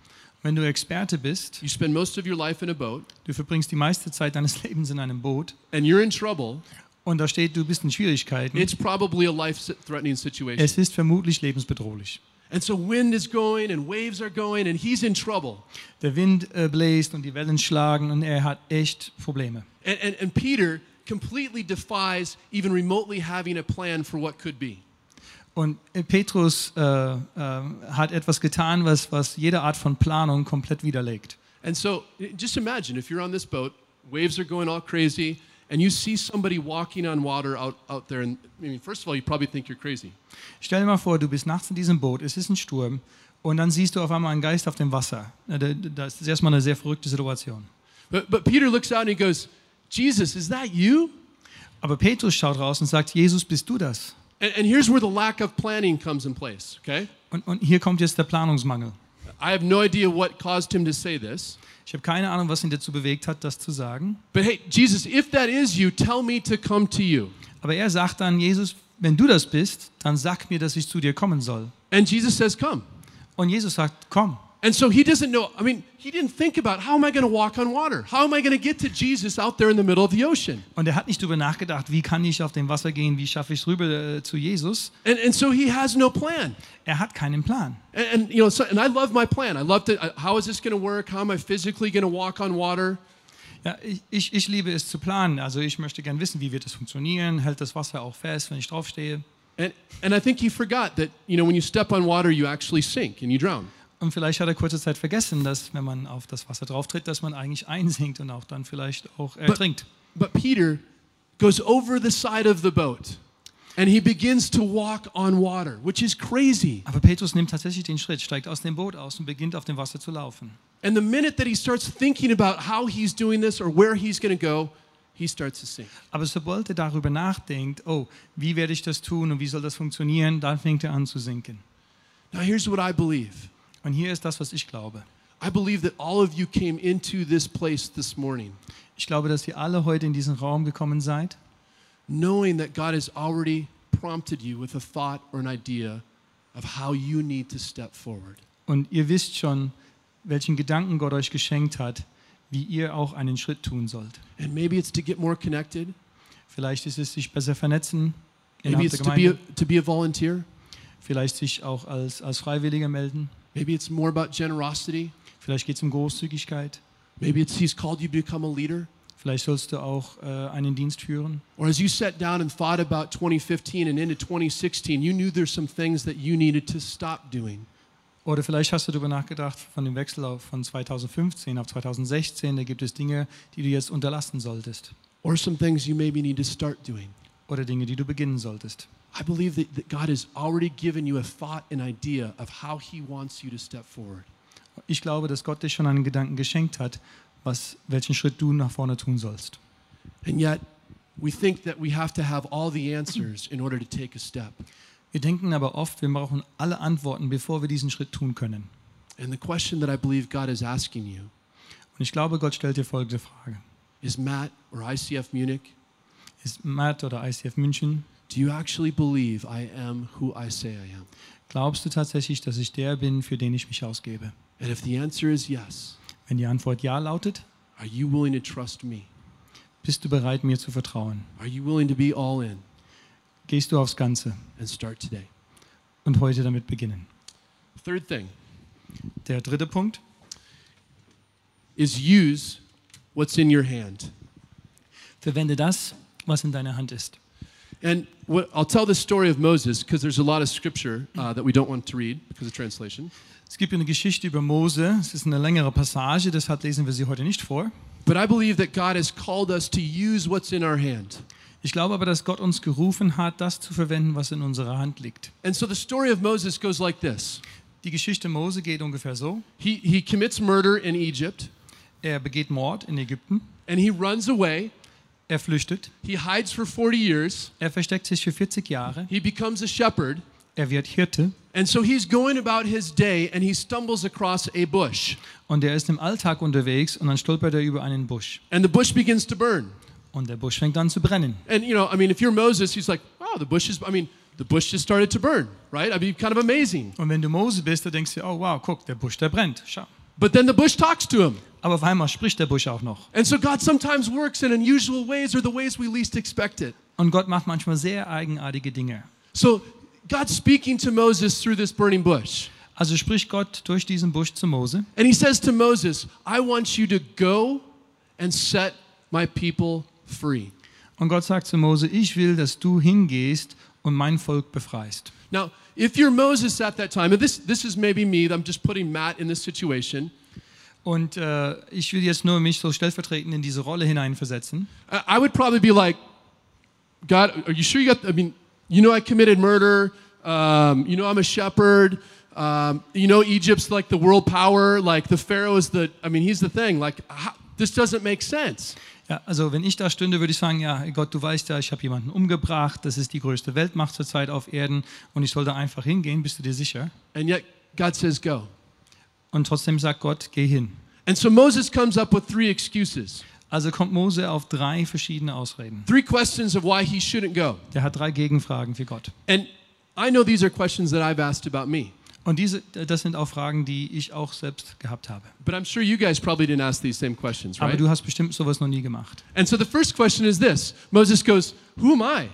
Speaker 3: Wenn du Experte bist,
Speaker 2: you spend most of your life in a boat
Speaker 3: du verbringst die meiste Zeit deines Lebens in einem Boot
Speaker 2: and you're in trouble,
Speaker 3: und da steht, du bist in Schwierigkeiten,
Speaker 2: it's probably a life threatening situation.
Speaker 3: es ist vermutlich lebensbedrohlich.
Speaker 2: And so wind is going and waves are going and he's in trouble.
Speaker 3: Der Wind äh, bläst und die Wellen schlagen und er hat echt Probleme.
Speaker 2: And, and, and Peter completely defies even remotely having a plan for what could be.
Speaker 3: Und äh, Petrus äh, äh, hat etwas getan, was, was jede Art von Planung komplett widerlegt.
Speaker 2: And so i- just imagine if you're on this boat, waves are going all crazy, and you see somebody walking on water out, out there. And I mean, first of all, you probably think you're crazy.
Speaker 3: Stell dir mal vor, du bist nachts in diesem Boot, es ist ein Sturm und dann siehst du auf einmal einen Geist auf dem Wasser. Na, da- Das ist erstmal eine sehr verrückte Situation.
Speaker 2: But, but Peter looks out and he goes, Jesus, is that you?
Speaker 3: Aber Petrus schaut raus und sagt, Jesus, bist du das?
Speaker 2: And, and here's where the lack of planning comes in place, okay?
Speaker 3: Und, und hier kommt jetzt der Planungsmangel.
Speaker 2: I have no idea what caused him to say this.
Speaker 3: Ich habe keine Ahnung, was ihn dazu bewegt hat, das zu sagen.
Speaker 2: But hey, Jesus, if that is you, tell me to come to you.
Speaker 3: Aber er sagt dann, Jesus, wenn du das bist, dann sag mir, dass ich zu dir kommen soll.
Speaker 2: And Jesus says, Come.
Speaker 3: Und Jesus sagt, komm.
Speaker 2: And so he doesn't know. I mean, he didn't think about how am I going to walk on water? How am I going to get to Jesus out there in the middle of the ocean?
Speaker 3: Und er hat nicht darüber nachgedacht, wie kann ich auf dem Wasser gehen, wie schaffe ich es rüber äh, zu Jesus.
Speaker 2: And, and so he has no plan.
Speaker 3: Er hat keinen Plan.
Speaker 2: And, and you know, so, and I love my plan. I love to. I- How is this going to work? How am I physically going to walk on water?
Speaker 3: Ja, ich, ich, ich liebe es zu planen. Also ich möchte gern wissen, wie wird das funktionieren? Hält das Wasser auch fest, wenn ich draufstehe?
Speaker 2: And and I think he forgot that you know when you step on water, you actually sink and you drown.
Speaker 3: Und vielleicht hat er kurze Zeit vergessen, dass wenn man auf das Wasser drauftritt, dass man eigentlich einsinkt und auch dann vielleicht auch äh, ertrinkt.
Speaker 2: But Peter goes over the side of the boat, and he begins to walk on water, which is crazy.
Speaker 3: Aber Petrus nimmt tatsächlich den Schritt, steigt aus dem Boot aus und beginnt auf dem Wasser zu laufen.
Speaker 2: And the minute that he starts thinking about how he's doing this or where he's going to go, he starts to sink.
Speaker 3: Aber sobald er darüber nachdenkt, oh, wie werde ich das tun und wie soll das funktionieren, dann fängt er an zu sinken.
Speaker 2: Now, here's what I believe
Speaker 3: Und hier ist das, was ich glaube.
Speaker 2: I believe that all of you came into this place this morning
Speaker 3: Ich glaube, dass ihr alle heute in diesen Raum gekommen seid,
Speaker 2: knowing that God has already prompted you with a thought or an idea of how you need to step forward.
Speaker 3: Und ihr wisst schon, welchen Gedanken Gott euch geschenkt hat, wie ihr auch einen Schritt tun sollt.
Speaker 2: And maybe it's to get more connected,
Speaker 3: Vielleicht ist es sich besser vernetzen
Speaker 2: maybe
Speaker 3: innerhalb
Speaker 2: it's
Speaker 3: der
Speaker 2: to be a,
Speaker 3: Gemeinde,
Speaker 2: to be a volunteer,
Speaker 3: vielleicht sich auch als, als Freiwilliger melden,
Speaker 2: maybe it's more about generosity,
Speaker 3: vielleicht geht es um Großzügigkeit,
Speaker 2: maybe it's He's called you to become a leader.
Speaker 3: vielleicht sollst du auch äh, einen Dienst führen.
Speaker 2: Or as you sat down and thought about 2015 and into 2016, you knew there's some things that you needed to stop doing.
Speaker 3: Oder vielleicht hast du darüber nachgedacht, von dem Wechsel auf- von 2015 auf 2016, da gibt es Dinge, die du jetzt unterlassen solltest
Speaker 2: or some things you maybe need to start doing.
Speaker 3: oder Dinge, die du beginnen solltest.
Speaker 2: I believe that, that God has already given you a thought and idea of how He wants you to step forward.
Speaker 3: Ich glaube, dass Gott dir schon einen Gedanken geschenkt hat, was, welchen Schritt du nach vorne tun sollst.
Speaker 2: And yet, we think that we have to have all the answers in order to take a step.
Speaker 3: Wir denken aber oft, wir brauchen alle Antworten, bevor wir diesen Schritt tun können.
Speaker 2: And the question that I believe God is asking you
Speaker 3: Und ich glaube, Gott stellt dir folgende Frage.
Speaker 2: is Matt or ICF Munich,
Speaker 3: Ist Matt oder ICF München,
Speaker 2: do you actually believe I am who I say I am?
Speaker 3: glaubst du tatsächlich, dass ich der bin, für den ich mich ausgebe?
Speaker 2: And if the answer is yes,
Speaker 3: Wenn die Antwort Ja lautet,
Speaker 2: are you willing to trust me?
Speaker 3: bist du bereit, mir zu vertrauen?
Speaker 2: Are you willing to be all in
Speaker 3: Gehst du aufs Ganze
Speaker 2: and start today?
Speaker 3: und heute damit beginnen.
Speaker 2: Third thing
Speaker 3: Der dritte Punkt
Speaker 2: is use what's in your hand.
Speaker 3: verwende das, was in deiner Hand ist.
Speaker 2: And what, I'll tell the story of Moses because there's a lot of scripture uh, that we don't want to read because of translation.
Speaker 3: Es gibt eine Geschichte über Mose, es ist eine längere Passage, deshalb lesen wir sie heute nicht vor.
Speaker 2: But I believe that God has called us to use what's in our hand.
Speaker 3: Ich glaube aber, dass Gott uns gerufen hat, das zu verwenden, was in unserer Hand liegt.
Speaker 2: And so the story of Moses goes like this
Speaker 3: Die Geschichte Mose geht ungefähr so.
Speaker 2: He, he commits murder in Egypt,
Speaker 3: Er begeht Mord in Ägypten,
Speaker 2: and he runs away.
Speaker 3: er flüchtet,
Speaker 2: He hides for 40 years.
Speaker 3: er versteckt sich für 40 Jahre,
Speaker 2: He becomes a shepherd.
Speaker 3: er wird Hirte
Speaker 2: And so he's going about his day and he stumbles across a bush.
Speaker 3: und er ist im Alltag unterwegs und dann stolpert er über einen Busch
Speaker 2: And the bush begins to burn.
Speaker 3: Und der Busch fängt an zu brennen.
Speaker 2: And you know, I mean, if you're Moses, he's like, wow, the bush is. I mean, the bush just started to burn, right? I mean, kind of amazing.
Speaker 3: Und wenn du Mose bist, dann denkst du, oh wow, guck, der Busch, der brennt. Schau.
Speaker 2: But then the bush talks to him,
Speaker 3: Aber auf einmal spricht der Busch auch noch.
Speaker 2: and so God sometimes works in unusual ways or the ways we least expect it.
Speaker 3: Und Gott macht manchmal sehr eigenartige Dinge.
Speaker 2: So God's speaking to Moses through this burning bush,
Speaker 3: Also spricht Gott durch diesen Busch zu Mose
Speaker 2: and He says to Moses, "I want you to go and set my people free."
Speaker 3: und Gott sagt zu Mose, ich will, dass du hingehst und mein Volk befreist.
Speaker 2: Now, if you're Moses at that time, and this this is maybe me. I'm just putting Matt in this situation.
Speaker 3: Und äh, ich will jetzt nur mich so stellvertretend in diese Rolle hineinversetzen.
Speaker 2: I I would probably be like, God, are you sure you got? I mean, you know, I committed murder. Um, you know, I'm a shepherd. Um, you know, Egypt's like the world power. Like the Pharaoh is the. I mean, he's the thing. Like how, this doesn't make sense.
Speaker 3: Ja, also wenn ich da stünde, würde ich sagen, ja, Gott, du weißt ja, ich habe jemanden umgebracht, das ist die größte Weltmacht zurzeit auf Erden und ich soll da einfach hingehen, bist du dir sicher?
Speaker 2: And yet God says go.
Speaker 3: Und trotzdem sagt Gott, geh hin.
Speaker 2: And so Moses comes up with three excuses,
Speaker 3: Also kommt Mose auf drei verschiedene Ausreden.
Speaker 2: three questions of why he shouldn't go.
Speaker 3: Der hat drei Gegenfragen für Gott.
Speaker 2: And I know these are questions that I've asked about me,
Speaker 3: Und diese, das sind auch Fragen, die ich auch selbst gehabt habe.
Speaker 2: but I'm sure you guys probably didn't ask these same questions,
Speaker 3: Aber
Speaker 2: right?
Speaker 3: du hast bestimmt sowas noch nie gemacht.
Speaker 2: And so the first question is this: Moses goes, "Who am I?"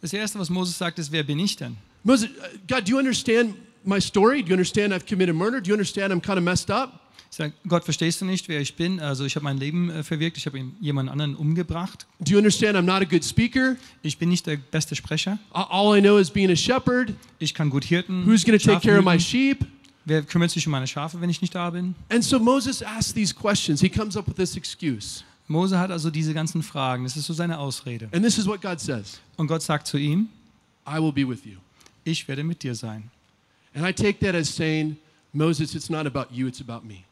Speaker 3: Das Erste, was Moses sagt, ist, wer bin ich denn?
Speaker 2: Moses, uh, God, do you understand my story? Do you understand I've committed murder? Do you understand I'm kind of messed up?
Speaker 3: Ich sage, Gott, verstehst du nicht, wer ich bin? Also ich habe mein Leben äh, verwirkt, ich habe jemand anderen umgebracht.
Speaker 2: Do you understand I'm not a good speaker?
Speaker 3: Ich bin nicht der beste Sprecher.
Speaker 2: A- All I know is being a shepherd.
Speaker 3: Ich kann gut Hirten.
Speaker 2: Who's going to take
Speaker 3: Schafe
Speaker 2: care of my
Speaker 3: hüten.
Speaker 2: sheep?
Speaker 3: Wer kümmert sich um meine Schafe, wenn ich nicht da bin?
Speaker 2: And so Moses asks these questions. He comes up with this excuse.
Speaker 3: Mose hat also diese ganzen Fragen. Das ist so seine Ausrede.
Speaker 2: And this is what God says
Speaker 3: Und Gott sagt zu ihm,
Speaker 2: I will be with you.
Speaker 3: ich werde mit dir sein.
Speaker 2: And I take that as saying, Moses, it's not about you, it's about me.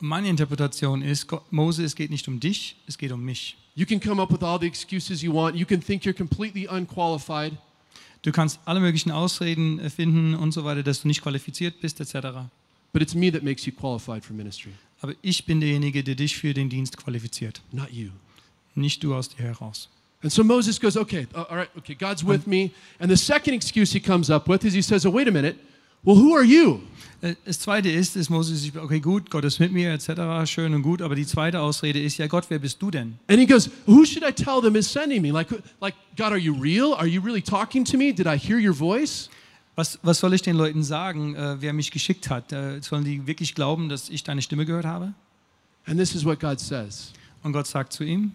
Speaker 3: Und meine Interpretation ist, Gott, Mose, es geht nicht um dich, es geht um mich.
Speaker 2: You can come up with all the excuses you want. You can think you're completely unqualified.
Speaker 3: Du kannst alle möglichen Ausreden äh, finden und so weiter, dass du nicht qualifiziert bist, etc.
Speaker 2: But it's me that makes you qualified for ministry,
Speaker 3: Aber ich bin derjenige, der dich für den Dienst qualifiziert,
Speaker 2: not you.
Speaker 3: nicht du aus dir heraus.
Speaker 2: And so Moses goes, okay, uh, all right, okay, God's with me. And the second excuse he comes up with is he says, oh, wait a minute. Well, who are you?
Speaker 3: Äh, Das zweite ist, es muss sich, okay, gut, Gott ist mit mir, etc., schön und gut, aber die zweite Ausrede ist, ja Gott, wer bist du denn?
Speaker 2: And he goes, who should I tell them is sending me? Like, who- like God, are you real? Are you really talking to me? Did I hear your voice?
Speaker 3: Was, was soll ich den Leuten sagen, äh, wer mich geschickt hat? Äh, sollen die wirklich glauben, dass ich deine Stimme gehört habe?
Speaker 2: And this is what God says
Speaker 3: Und Gott sagt zu ihm,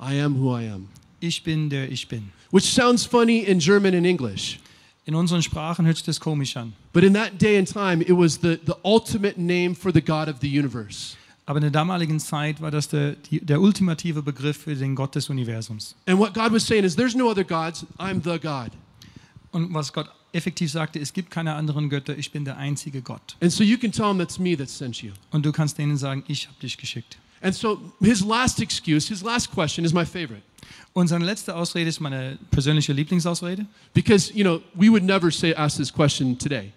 Speaker 2: I am who I am,
Speaker 3: ich bin der ich bin.
Speaker 2: which sounds funny in German and English.
Speaker 3: In unseren Sprachen hört sich das komisch an,
Speaker 2: But in that day and time, it was the, the ultimate name for the God of the universe.
Speaker 3: aber in der damaligen Zeit war das der, die, der ultimative Begriff für den Gott des Universums.
Speaker 2: And what God was saying is, there's no other gods, I'm the God.
Speaker 3: Und was Gott effektiv sagte, es gibt keine anderen Götter, ich bin der einzige Gott.
Speaker 2: And so you can tell them that's me that sent you.
Speaker 3: Und du kannst denen sagen, ich habe dich geschickt.
Speaker 2: And so his last excuse, his last question is my favorite.
Speaker 3: Und seine letzte Ausrede ist meine persönliche Lieblingsausrede,
Speaker 2: Because, you know, we would never say ask this question today.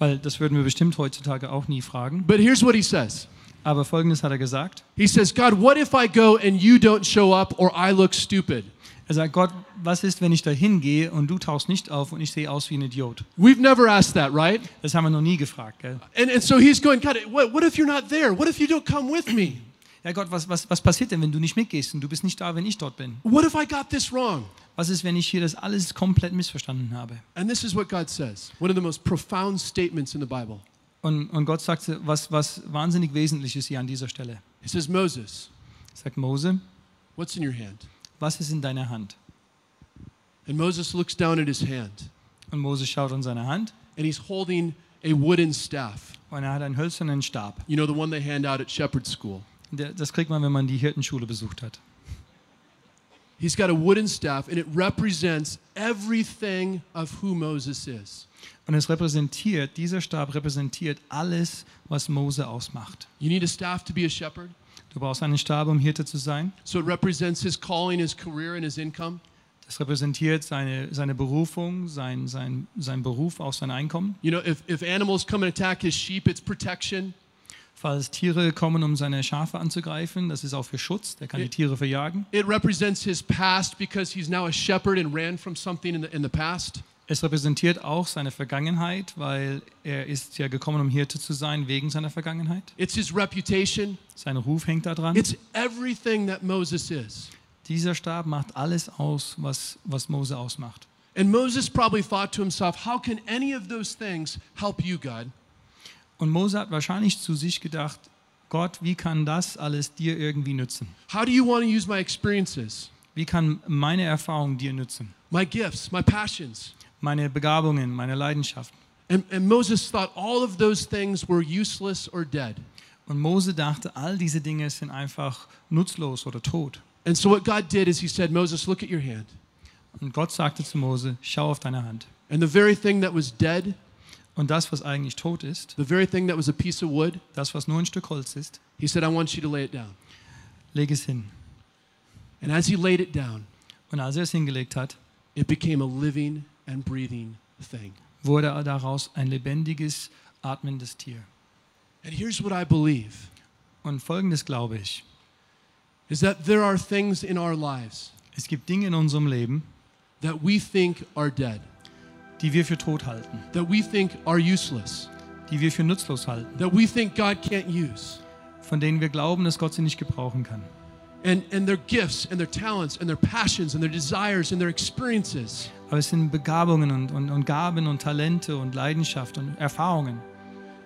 Speaker 3: weil das würden wir bestimmt heutzutage auch nie fragen.
Speaker 2: But here's what he says.
Speaker 3: Aber folgendes hat er gesagt.
Speaker 2: He says, "God, what if I go and you don't show up or I look stupid?"
Speaker 3: Er sagt, Gott, was ist, wenn ich da hingehe und du tauchst nicht auf und ich sehe aus wie ein Idiot?
Speaker 2: We've never asked that, right?
Speaker 3: Das haben wir noch nie gefragt. Gell?
Speaker 2: And and so he's going, "God, what what if you're not there? What if you don't come with me?
Speaker 3: Ja Gott, was, was, was passiert denn, wenn du nicht mitgehst und du bist nicht da, wenn ich dort bin?
Speaker 2: What if I got this wrong?"
Speaker 3: Was ist, wenn ich hier das alles komplett missverstanden habe?
Speaker 2: And this is what God says. One of the most profound statements in the Bible.
Speaker 3: Und, und Gott sagt, was, was wahnsinnig wesentlich ist hier an dieser Stelle.
Speaker 2: He says, "Moses,
Speaker 3: Sagt Mose,
Speaker 2: what's in your hand?"
Speaker 3: was ist in deiner Hand?
Speaker 2: And Moses looks down at his hand
Speaker 3: Und Mose schaut an seine Hand
Speaker 2: and he's holding a wooden staff.
Speaker 3: und er hat einen hölzernen Stab.
Speaker 2: You know, the one they hand out at shepherd school.
Speaker 3: Der- Das kriegt man, wenn man die Hirtenschule besucht hat.
Speaker 2: He's got a wooden staff, and it represents everything of who Moses is.
Speaker 3: Und es repräsentiert, dieser Stab repräsentiert alles, was Mose ausmacht.
Speaker 2: You need a staff to be a shepherd.
Speaker 3: Du brauchst einen Stab, um Hirte zu sein.
Speaker 2: So it represents his calling, his career, and his income.
Speaker 3: Das repräsentiert seine, seine Berufung, sein, sein, sein Beruf, auch sein Einkommen.
Speaker 2: You know, if, if animals come and attack his sheep, it's protection.
Speaker 3: Falls Tiere kommen, um seine Schafe anzugreifen, das ist auch für Schutz, der kann die Tiere verjagen.
Speaker 2: It represents his past because he's now a shepherd and ran from something in the, in the past.
Speaker 3: Es repräsentiert auch seine Vergangenheit, weil er ist ja gekommen, um Hirte zu sein, wegen seiner Vergangenheit.
Speaker 2: It's his reputation.
Speaker 3: Sein Ruf hängt da dran.
Speaker 2: It's everything that Moses is.
Speaker 3: Dieser Stab macht alles aus, was, was Mose ausmacht.
Speaker 2: And Moses probably thought to himself, how can any of those things help you, God?
Speaker 3: Und Mose hat wahrscheinlich zu sich gedacht, Gott, wie kann das alles dir irgendwie nützen?
Speaker 2: How do you want to use my experiences,
Speaker 3: Wie kann meine Erfahrung dir nützen?
Speaker 2: my gifts, my passions?
Speaker 3: Meine Begabungen, meine Leidenschaften.
Speaker 2: And, and Moses thought all of those things were useless or dead.
Speaker 3: Und Mose dachte, all diese Dinge sind einfach nutzlos oder tot.
Speaker 2: And so what God did is he said, Moses, look at your hand.
Speaker 3: Und Gott sagte zu Mose, schau auf deine Hand.
Speaker 2: And the very thing that was dead,
Speaker 3: Und das, was eigentlich tot ist,
Speaker 2: the very thing that was a piece of wood,
Speaker 3: das, was nur ein Stück Holz ist,
Speaker 2: he said, I want you to lay it down.
Speaker 3: leg es hin.
Speaker 2: And as he laid it down,
Speaker 3: Und als er es hingelegt hat,
Speaker 2: it became a living and breathing thing.
Speaker 3: wurde daraus ein lebendiges, atmendes Tier.
Speaker 2: And here's what I believe
Speaker 3: Und folgendes glaube ich.
Speaker 2: is that there are things in our lives
Speaker 3: Es gibt Dinge in unserem Leben,
Speaker 2: that we think are dead,
Speaker 3: die wir für tot halten,
Speaker 2: that we think are useless,
Speaker 3: die wir für nutzlos halten,
Speaker 2: that we think God can't use.
Speaker 3: von denen wir glauben, dass Gott sie nicht gebrauchen kann.
Speaker 2: And, and their gifts and their talents and their passions and their desires and their experiences.
Speaker 3: Aber es sind Begabungen und, und, und Gaben und Talente und Leidenschaft und Erfahrungen.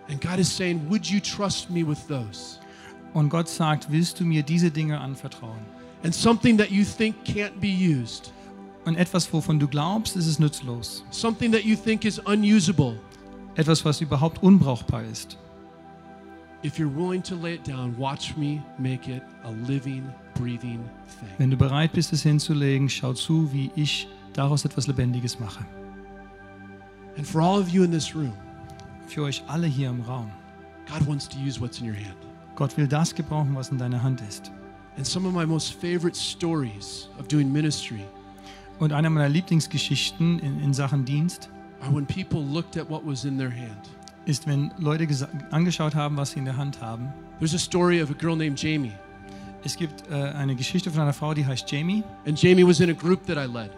Speaker 2: And God is saying, Would you trust me with those?
Speaker 3: Und Gott sagt, willst du mir diese Dinge anvertrauen?
Speaker 2: And something that you think can't be used,
Speaker 3: Und etwas, wovon du glaubst, ist es nutzlos.
Speaker 2: something that you think is unusable,
Speaker 3: Etwas, was überhaupt unbrauchbar ist.
Speaker 2: if you're willing to lay it down, watch me make it a living, breathing thing.
Speaker 3: Wenn du bereit bist, es hinzulegen, schau zu, wie ich daraus etwas Lebendiges mache.
Speaker 2: And for all of you in this room,
Speaker 3: Für euch alle hier im Raum.
Speaker 2: God wants to use what's in your hand.
Speaker 3: Gott will das gebrauchen, was in deiner Hand ist.
Speaker 2: And some of my most favorite stories of doing ministry
Speaker 3: Und eine meiner Lieblingsgeschichten in, in Sachen Dienst
Speaker 2: are when people looked at what was in their hand.
Speaker 3: ist, wenn Leute gesa- angeschaut haben, was sie in der Hand haben.
Speaker 2: There's a story of a girl named Jamie,
Speaker 3: Es gibt äh, eine Geschichte von einer Frau, die heißt Jamie.
Speaker 2: and Jamie was in a group that I led,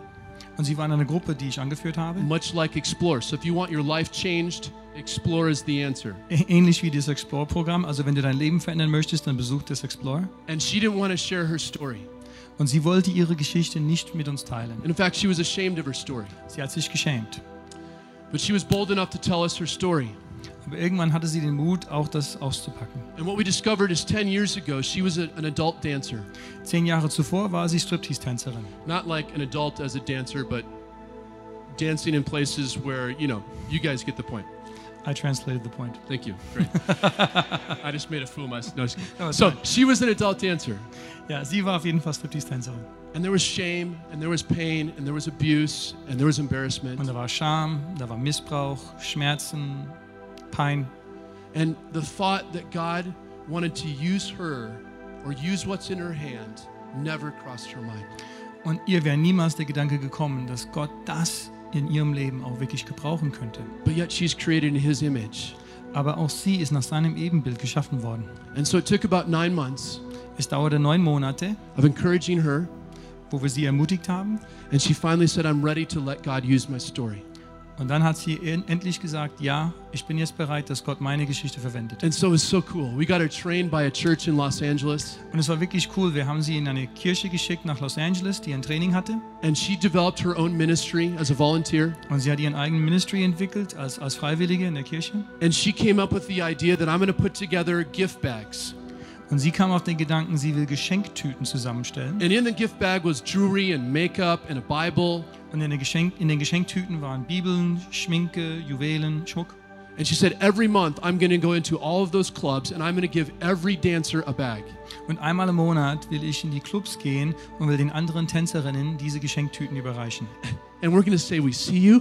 Speaker 3: Und sie war in einer Gruppe, die ich angeführt habe.
Speaker 2: much like Explore. So if you want your life changed, Explore is the answer.
Speaker 3: Ä- Ähnlich wie das Explore-Programm. Also wenn du dein Leben verändern möchtest, dann besuch das Explore.
Speaker 2: And she didn't want to share her story.
Speaker 3: Und sie wollte ihre Geschichte nicht mit uns teilen.
Speaker 2: And in fact, she was ashamed of her story.
Speaker 3: Sie hat sich geschämt.
Speaker 2: But she was bold enough to tell us her story.
Speaker 3: Aber irgendwann hatte sie den Mut, auch das auszupacken.
Speaker 2: And what we discovered is 10 years ago, she was a, an adult dancer.
Speaker 3: Zehn Jahre zuvor war sie Striptease-Tänzerin.
Speaker 2: Not like an adult as a dancer, but dancing in places where, you know, you guys get the point.
Speaker 3: I translated the point.
Speaker 2: Thank you. Great. I just made a fool of myself. No, just kidding.
Speaker 3: No, it's
Speaker 2: so
Speaker 3: fine.
Speaker 2: she was an adult dancer,
Speaker 3: Ja, sie war auf jeden Fall Striptease-Tänzerin.
Speaker 2: and there was shame, and there was pain, and there was abuse, and there was
Speaker 3: Und
Speaker 2: embarrassment.
Speaker 3: da war Scham, da war Missbrauch, Schmerzen, Pein.
Speaker 2: And the thought that God wanted to use her or use what's in her hand never crossed her mind.
Speaker 3: Und ihr wäre niemals der Gedanke gekommen, dass Gott das in ihrem Leben auch wirklich gebrauchen könnte.
Speaker 2: But yet she's created in His image.
Speaker 3: Aber auch sie ist nach seinem Ebenbild geschaffen worden.
Speaker 2: And so it took about nine months
Speaker 3: Es dauerte neun Monate,
Speaker 2: of encouraging her,
Speaker 3: wo wir sie ermutigt haben.
Speaker 2: and she finally said, I'm ready to let God use my story.
Speaker 3: Und dann hat sie en- endlich gesagt, ja, ich bin jetzt bereit, dass Gott meine Geschichte verwendet.
Speaker 2: And so it was so cool. We got her trained by a church in Los Angeles,
Speaker 3: Und es war wirklich cool. Wir haben sie in eine Kirche geschickt nach Los Angeles, die ein Training hatte.
Speaker 2: and she developed her own ministry as a volunteer.
Speaker 3: Und sie hat ihren eigenen Ministry entwickelt als, als Freiwillige in der Kirche.
Speaker 2: And she came up with the idea that I'm going to put together gift bags.
Speaker 3: Und sie kam auf den Gedanken, sie will Geschenktüten zusammenstellen.
Speaker 2: And in the gift bag was jewelry and makeup and a Bible.
Speaker 3: Und in, der Geschenk, in den Geschenktüten waren Bibeln, Schminke, Juwelen, Schmuck.
Speaker 2: And she said, Every month I'm going to go into all of those clubs and I'm going to give every dancer a bag.
Speaker 3: Und einmal im Monat will ich in die Clubs gehen und will den anderen Tänzerinnen diese Geschenktüten überreichen.
Speaker 2: And we're going to say, We see you.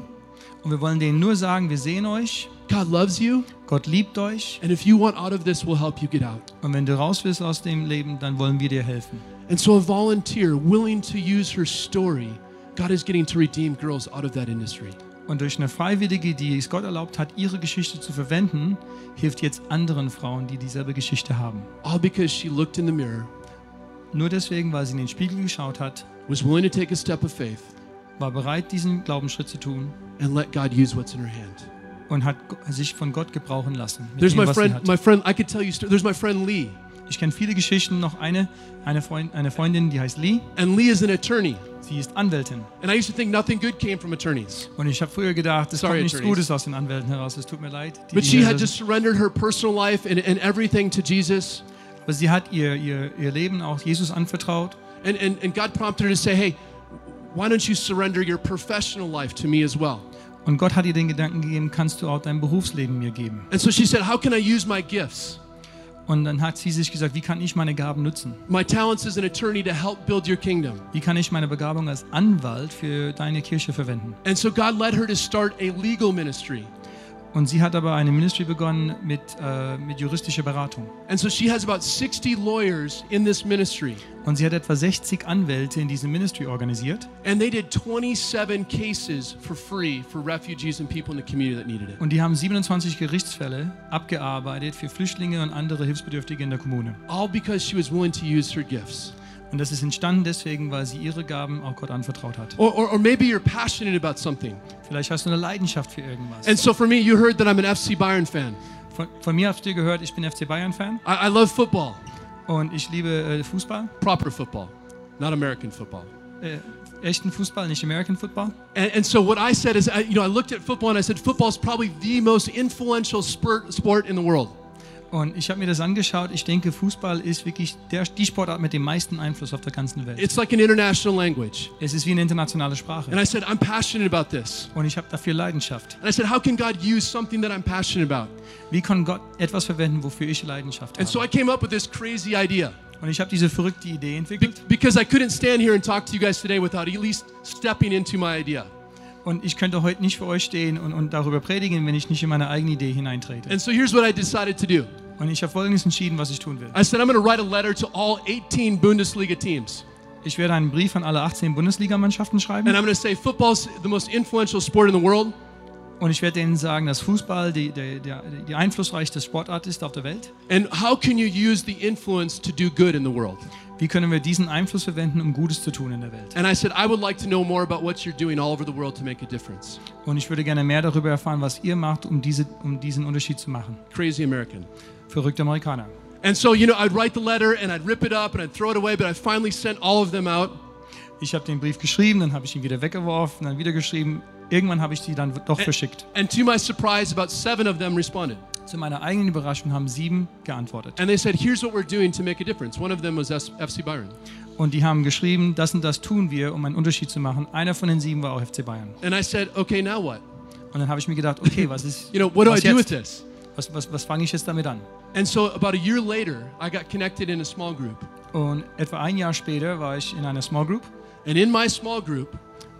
Speaker 3: Und wir wollen denen nur sagen, wir sehen euch,
Speaker 2: God loves you.
Speaker 3: Gott liebt euch.
Speaker 2: And if you want out of this, we'll help you get out.
Speaker 3: Und wenn du raus willst aus dem Leben, dann wollen wir dir helfen.
Speaker 2: And so a volunteer willing to use her story, God is getting to redeem girls out of that industry.
Speaker 3: Und durch eine Freiwillige, die es Gott erlaubt hat, ihre Geschichte zu verwenden, hilft jetzt anderen Frauen, die dieselbe Geschichte haben.
Speaker 2: all because she looked in the mirror,
Speaker 3: Nur deswegen, weil sie in den Spiegel geschaut hat,
Speaker 2: was willing to take a step of faith,
Speaker 3: war bereit, diesen Glaubensschritt zu tun
Speaker 2: and let God use what's in her hand.
Speaker 3: und hat G- sich von Gott gebrauchen lassen. mit
Speaker 2: There's
Speaker 3: dem,
Speaker 2: my
Speaker 3: was sie
Speaker 2: friend,
Speaker 3: hat.
Speaker 2: my friend, I could tell you, st- there's my friend Lee,
Speaker 3: Ich kenne viele Geschichten. Noch eine, eine, Freund, eine Freundin, die heißt Lee.
Speaker 2: and Lee is an attorney.
Speaker 3: Sie ist Anwältin.
Speaker 2: And I used to think nothing good came from attorneys.
Speaker 3: Und ich habe früher gedacht, es
Speaker 2: Sorry,
Speaker 3: kommt nichts
Speaker 2: attorneys.
Speaker 3: Gutes aus den Anwälten heraus. Es tut mir leid. die-
Speaker 2: But
Speaker 3: die
Speaker 2: she
Speaker 3: hier
Speaker 2: had
Speaker 3: sind.
Speaker 2: just surrendered her personal life and, and everything to Jesus.
Speaker 3: Aber sie hat ihr, ihr, ihr Leben auch Jesus anvertraut.
Speaker 2: And, and, and God prompted her to say, hey, why don't you surrender your professional life to me as well?
Speaker 3: Und Gott hat ihr den Gedanken gegeben, kannst du auch dein Berufsleben mir geben.
Speaker 2: And so she said, how can I use my gifts,
Speaker 3: Und dann hat sie sich gesagt, wie kann ich meine Gaben nutzen?
Speaker 2: my talents as an attorney to help build your kingdom?
Speaker 3: Wie kann ich meine Begabung als Anwalt für deine Kirche verwenden?
Speaker 2: And so God led her to start a legal ministry.
Speaker 3: Und sie hat aber eine Ministry begonnen mit, äh, mit juristischer Beratung.
Speaker 2: And so she has about 60 lawyers in this ministry.
Speaker 3: Und sie hat etwa 60 Anwälte in diesem Ministry organisiert.
Speaker 2: And they did 27 cases for free for refugees and people in the community that needed it.
Speaker 3: Und die haben 27 Gerichtsfälle abgearbeitet für Flüchtlinge und andere Hilfsbedürftige in der Kommune.
Speaker 2: All because she was willing to use her gifts.
Speaker 3: Und das ist entstanden deswegen, weil sie ihre Gaben auch Gott anvertraut hat.
Speaker 2: Or, or, or maybe you're passionate about something.
Speaker 3: Vielleicht hast du eine Leidenschaft für irgendwas.
Speaker 2: And so for me, you heard that I'm an FC Bayern fan.
Speaker 3: Von, von mir habt ihr gehört, ich bin FC Bayern-Fan
Speaker 2: I, I love football,
Speaker 3: und ich liebe äh, Fußball,
Speaker 2: proper football, not American football.
Speaker 3: äh, echten Fußball, nicht American Football.
Speaker 2: And, and so what I said is, I, you know, I looked at football and I said, football is probably the most influential sport, sport in the world.
Speaker 3: Und ich habe mir das angeschaut. Ich denke, Fußball ist wirklich der, die Sportart mit dem meisten Einfluss auf der ganzen Welt.
Speaker 2: It's like an international language.
Speaker 3: es ist wie eine internationale
Speaker 2: And
Speaker 3: Sprache.
Speaker 2: I said, I'm passionate about this.
Speaker 3: Und ich habe dafür Leidenschaft.
Speaker 2: And I said, how can God use something that I'm passionate about?
Speaker 3: Wie kann Gott etwas verwenden, wofür ich Leidenschaft
Speaker 2: And so I
Speaker 3: habe?
Speaker 2: came up with this crazy idea
Speaker 3: Und ich habe diese verrückte Idee
Speaker 2: Be-
Speaker 3: entwickelt.
Speaker 2: because I couldn't stand here and talk to you guys today without at least stepping into my idea.
Speaker 3: Und ich könnte heute nicht für euch stehen und, und darüber predigen, wenn ich nicht in meine eigene Idee hineintrete.
Speaker 2: And so here's what I decided to do.
Speaker 3: Und ich habe Folgendes entschieden, was ich tun will.
Speaker 2: I said, I'm going to write a letter to all 18 Bundesliga teams.
Speaker 3: Ich werde einen Brief an alle 18 Bundesligamannschaften schreiben.
Speaker 2: And I'm going to say football's the most influential sport in the world.
Speaker 3: Und ich werde denen sagen, dass Fußball die, der, der, die einflussreichste Sportart ist auf der Welt.
Speaker 2: And how can you use the influence to do good in the world?
Speaker 3: Wie können wir diesen Einfluss verwenden, um Gutes zu tun in der Welt?
Speaker 2: And I said, I would like to know more about what you're doing all over the world to make a difference.
Speaker 3: Und ich würde gerne mehr darüber erfahren, was ihr macht, um, diese, um diesen Unterschied zu machen.
Speaker 2: Crazy American.
Speaker 3: Verrückte Amerikaner.
Speaker 2: And so, you know, I'd write the letter and I'd rip it up and I'd throw it away, but I finally sent all of them out.
Speaker 3: Ich habe den Brief geschrieben, dann habe ich ihn wieder weggeworfen, dann wieder geschrieben. Irgendwann habe ich die dann
Speaker 2: Äh.
Speaker 3: doch verschickt.
Speaker 2: And to my surprise, about seven of them responded.
Speaker 3: Zu meiner eigenen Überraschung haben sieben geantwortet.
Speaker 2: And they said, Here's what we're doing to make a difference. One of them was S- FC Byron.
Speaker 3: Und die haben geschrieben, das und das tun wir, um einen Unterschied zu machen. Einer von den sieben war auch FC Bayern.
Speaker 2: And I said, Okay, now what?
Speaker 3: Und dann habe ich mir gedacht, okay, was ist,
Speaker 2: You know, what do I
Speaker 3: was,
Speaker 2: do with
Speaker 3: jetzt?
Speaker 2: this?
Speaker 3: was, was, was fange ich jetzt damit an?
Speaker 2: And so, about a year later, I got connected in a small group.
Speaker 3: Und etwa ein Jahr später war ich in einer Small Group.
Speaker 2: And in my small group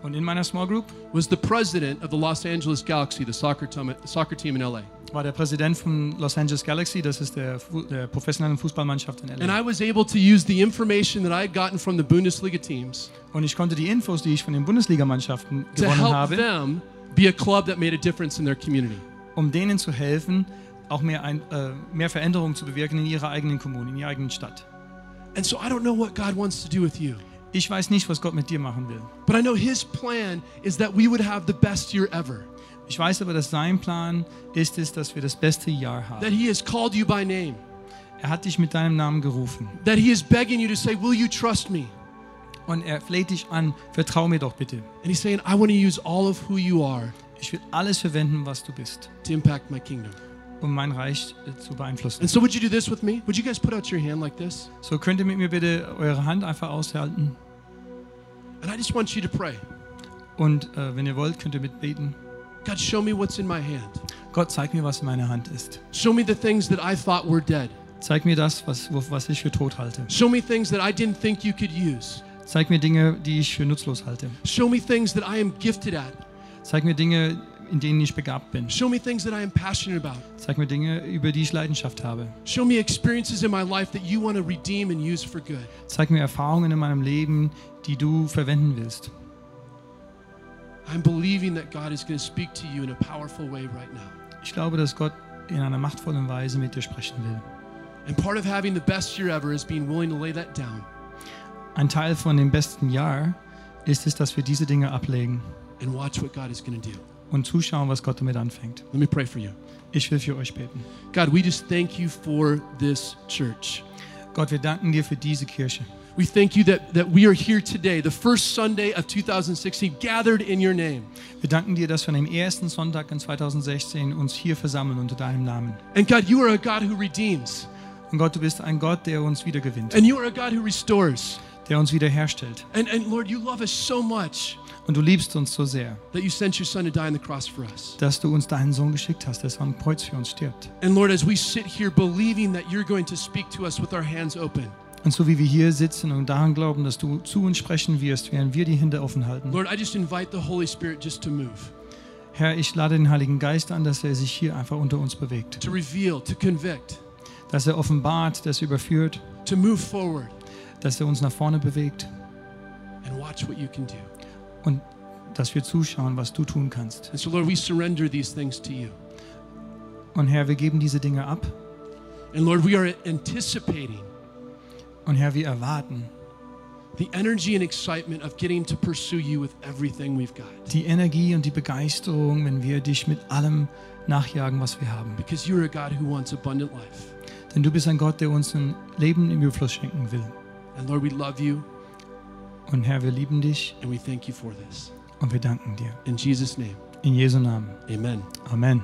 Speaker 3: Und in meiner Small Group
Speaker 2: was the president of the Los Angeles Galaxy, the soccer, tum- soccer team in LA.
Speaker 3: war der Präsident von Los Angeles Galaxy, das ist der, Fu- der professionellen Fußballmannschaft in
Speaker 2: And
Speaker 3: LA.
Speaker 2: I was able to use the information that I had gotten from the Bundesliga teams
Speaker 3: Und ich konnte die Infos, die ich von den Bundesligamannschaften
Speaker 2: to
Speaker 3: gewonnen
Speaker 2: help
Speaker 3: habe,
Speaker 2: them be a club that made a difference in their community.
Speaker 3: um denen zu helfen, auch mehr, ein, äh, mehr Veränderungen zu bewirken in ihrer eigenen Kommune, in ihrer eigenen Stadt.
Speaker 2: And so, I don't know what God wants to do with you,
Speaker 3: Ich weiß nicht, was Gott mit dir machen will.
Speaker 2: but I know His plan is that we would have the best year ever.
Speaker 3: Ich weiß aber, dass sein Plan ist es, dass wir das beste Jahr
Speaker 2: that
Speaker 3: haben.
Speaker 2: he has called you by name,
Speaker 3: Er hat dich mit deinem Namen gerufen.
Speaker 2: that he is begging you to say, Will you trust me?
Speaker 3: Und er fleht dich an, vertrau mir doch bitte.
Speaker 2: And he's saying, I want to use all of who you are
Speaker 3: Ich will alles verwenden, was du bist,
Speaker 2: to impact my kingdom.
Speaker 3: um mein Reich äh, zu beeinflussen.
Speaker 2: And so, would you do this with me? Would you guys put out your hand like this?
Speaker 3: So könnt ihr mit mir bitte eure Hand einfach aushalten
Speaker 2: And I just want you to pray
Speaker 3: und äh, wenn ihr wollt, könnt ihr mitbeten.
Speaker 2: God, show me what's in my hand.
Speaker 3: Gott, zeig mir, was in meiner Hand ist.
Speaker 2: Show me the things that I thought were dead.
Speaker 3: Zeig mir das, was, wo- was ich für tot halte.
Speaker 2: Show me things that I didn't think you could use.
Speaker 3: Zeig mir Dinge, die ich für nutzlos halte.
Speaker 2: Show me things that I am gifted at.
Speaker 3: Zeig mir Dinge, in denen ich begabt bin.
Speaker 2: Show me things that I am passionate about.
Speaker 3: Zeig mir Dinge, über die ich Leidenschaft habe.
Speaker 2: Show me experiences in my life that you want to redeem and use for good.
Speaker 3: Zeig mir Erfahrungen in meinem Leben, die du verwenden willst.
Speaker 2: I'm believing that God is going to speak to you in a powerful way right now.
Speaker 3: Ich glaube, dass Gott in einer machtvollen Weise mit dir sprechen will.
Speaker 2: And part of having the best year ever is being willing to lay that down
Speaker 3: Ein Teil von dem besten Jahr ist es, dass wir diese Dinge ablegen
Speaker 2: and watch what God is going to do.
Speaker 3: und zuschauen, was Gott damit anfängt.
Speaker 2: Let me pray for you.
Speaker 3: Ich will für euch beten.
Speaker 2: God, we just thank you for this church.
Speaker 3: Gott, wir danken dir für diese Kirche.
Speaker 2: We thank you that, that we are here today, the first Sunday of 2016, gathered in your name.
Speaker 3: Wir danken dir, dass wir an dem ersten Sonntag in 2016 uns hier versammeln unter deinem Namen.
Speaker 2: And God, you are a God who redeems,
Speaker 3: Und Gott, du bist ein Gott, der uns wiedergewinnt,
Speaker 2: and you are a God who restores.
Speaker 3: der uns wiederherstellt.
Speaker 2: And, and Lord, you love us so much
Speaker 3: Und du liebst uns so sehr,
Speaker 2: that you sent your son to die on the cross for us.
Speaker 3: dass du uns deinen Sohn geschickt hast, dass er am Kreuz für uns stirbt.
Speaker 2: And Lord, as we sit here believing that you're going to speak to us with our hands open,
Speaker 3: Und so wie wir hier sitzen und daran glauben, dass du zu uns sprechen wirst, während wir die Hände offen halten.
Speaker 2: Lord, I just invite the Holy Spirit just to move,
Speaker 3: Herr, ich lade den Heiligen Geist an, dass er sich hier einfach unter uns bewegt.
Speaker 2: to reveal, to convict,
Speaker 3: Dass er offenbart, dass er überführt,
Speaker 2: to move forward
Speaker 3: dass er uns nach vorne bewegt
Speaker 2: and watch what you can do.
Speaker 3: und dass wir zuschauen, was du tun kannst.
Speaker 2: And so, Lord, we surrender these things to you.
Speaker 3: Und Herr, wir geben diese Dinge ab.
Speaker 2: And Lord, we are anticipating
Speaker 3: Und Herr, wir erwarten
Speaker 2: the energy and excitement of getting to pursue you with everything we've got
Speaker 3: die Energie und die Begeisterung, wenn wir dich mit allem nachjagen, was wir haben.
Speaker 2: because you're a God who wants abundant life.
Speaker 3: Denn du bist ein Gott, der uns ein Leben im Überfluss schenken will.
Speaker 2: And Lord, we love you
Speaker 3: Und Herr, wir lieben dich
Speaker 2: and we thank you for this.
Speaker 3: und wir danken dir.
Speaker 2: In Jesus' name,
Speaker 3: In Jesu Namen.
Speaker 2: amen.
Speaker 3: Amen.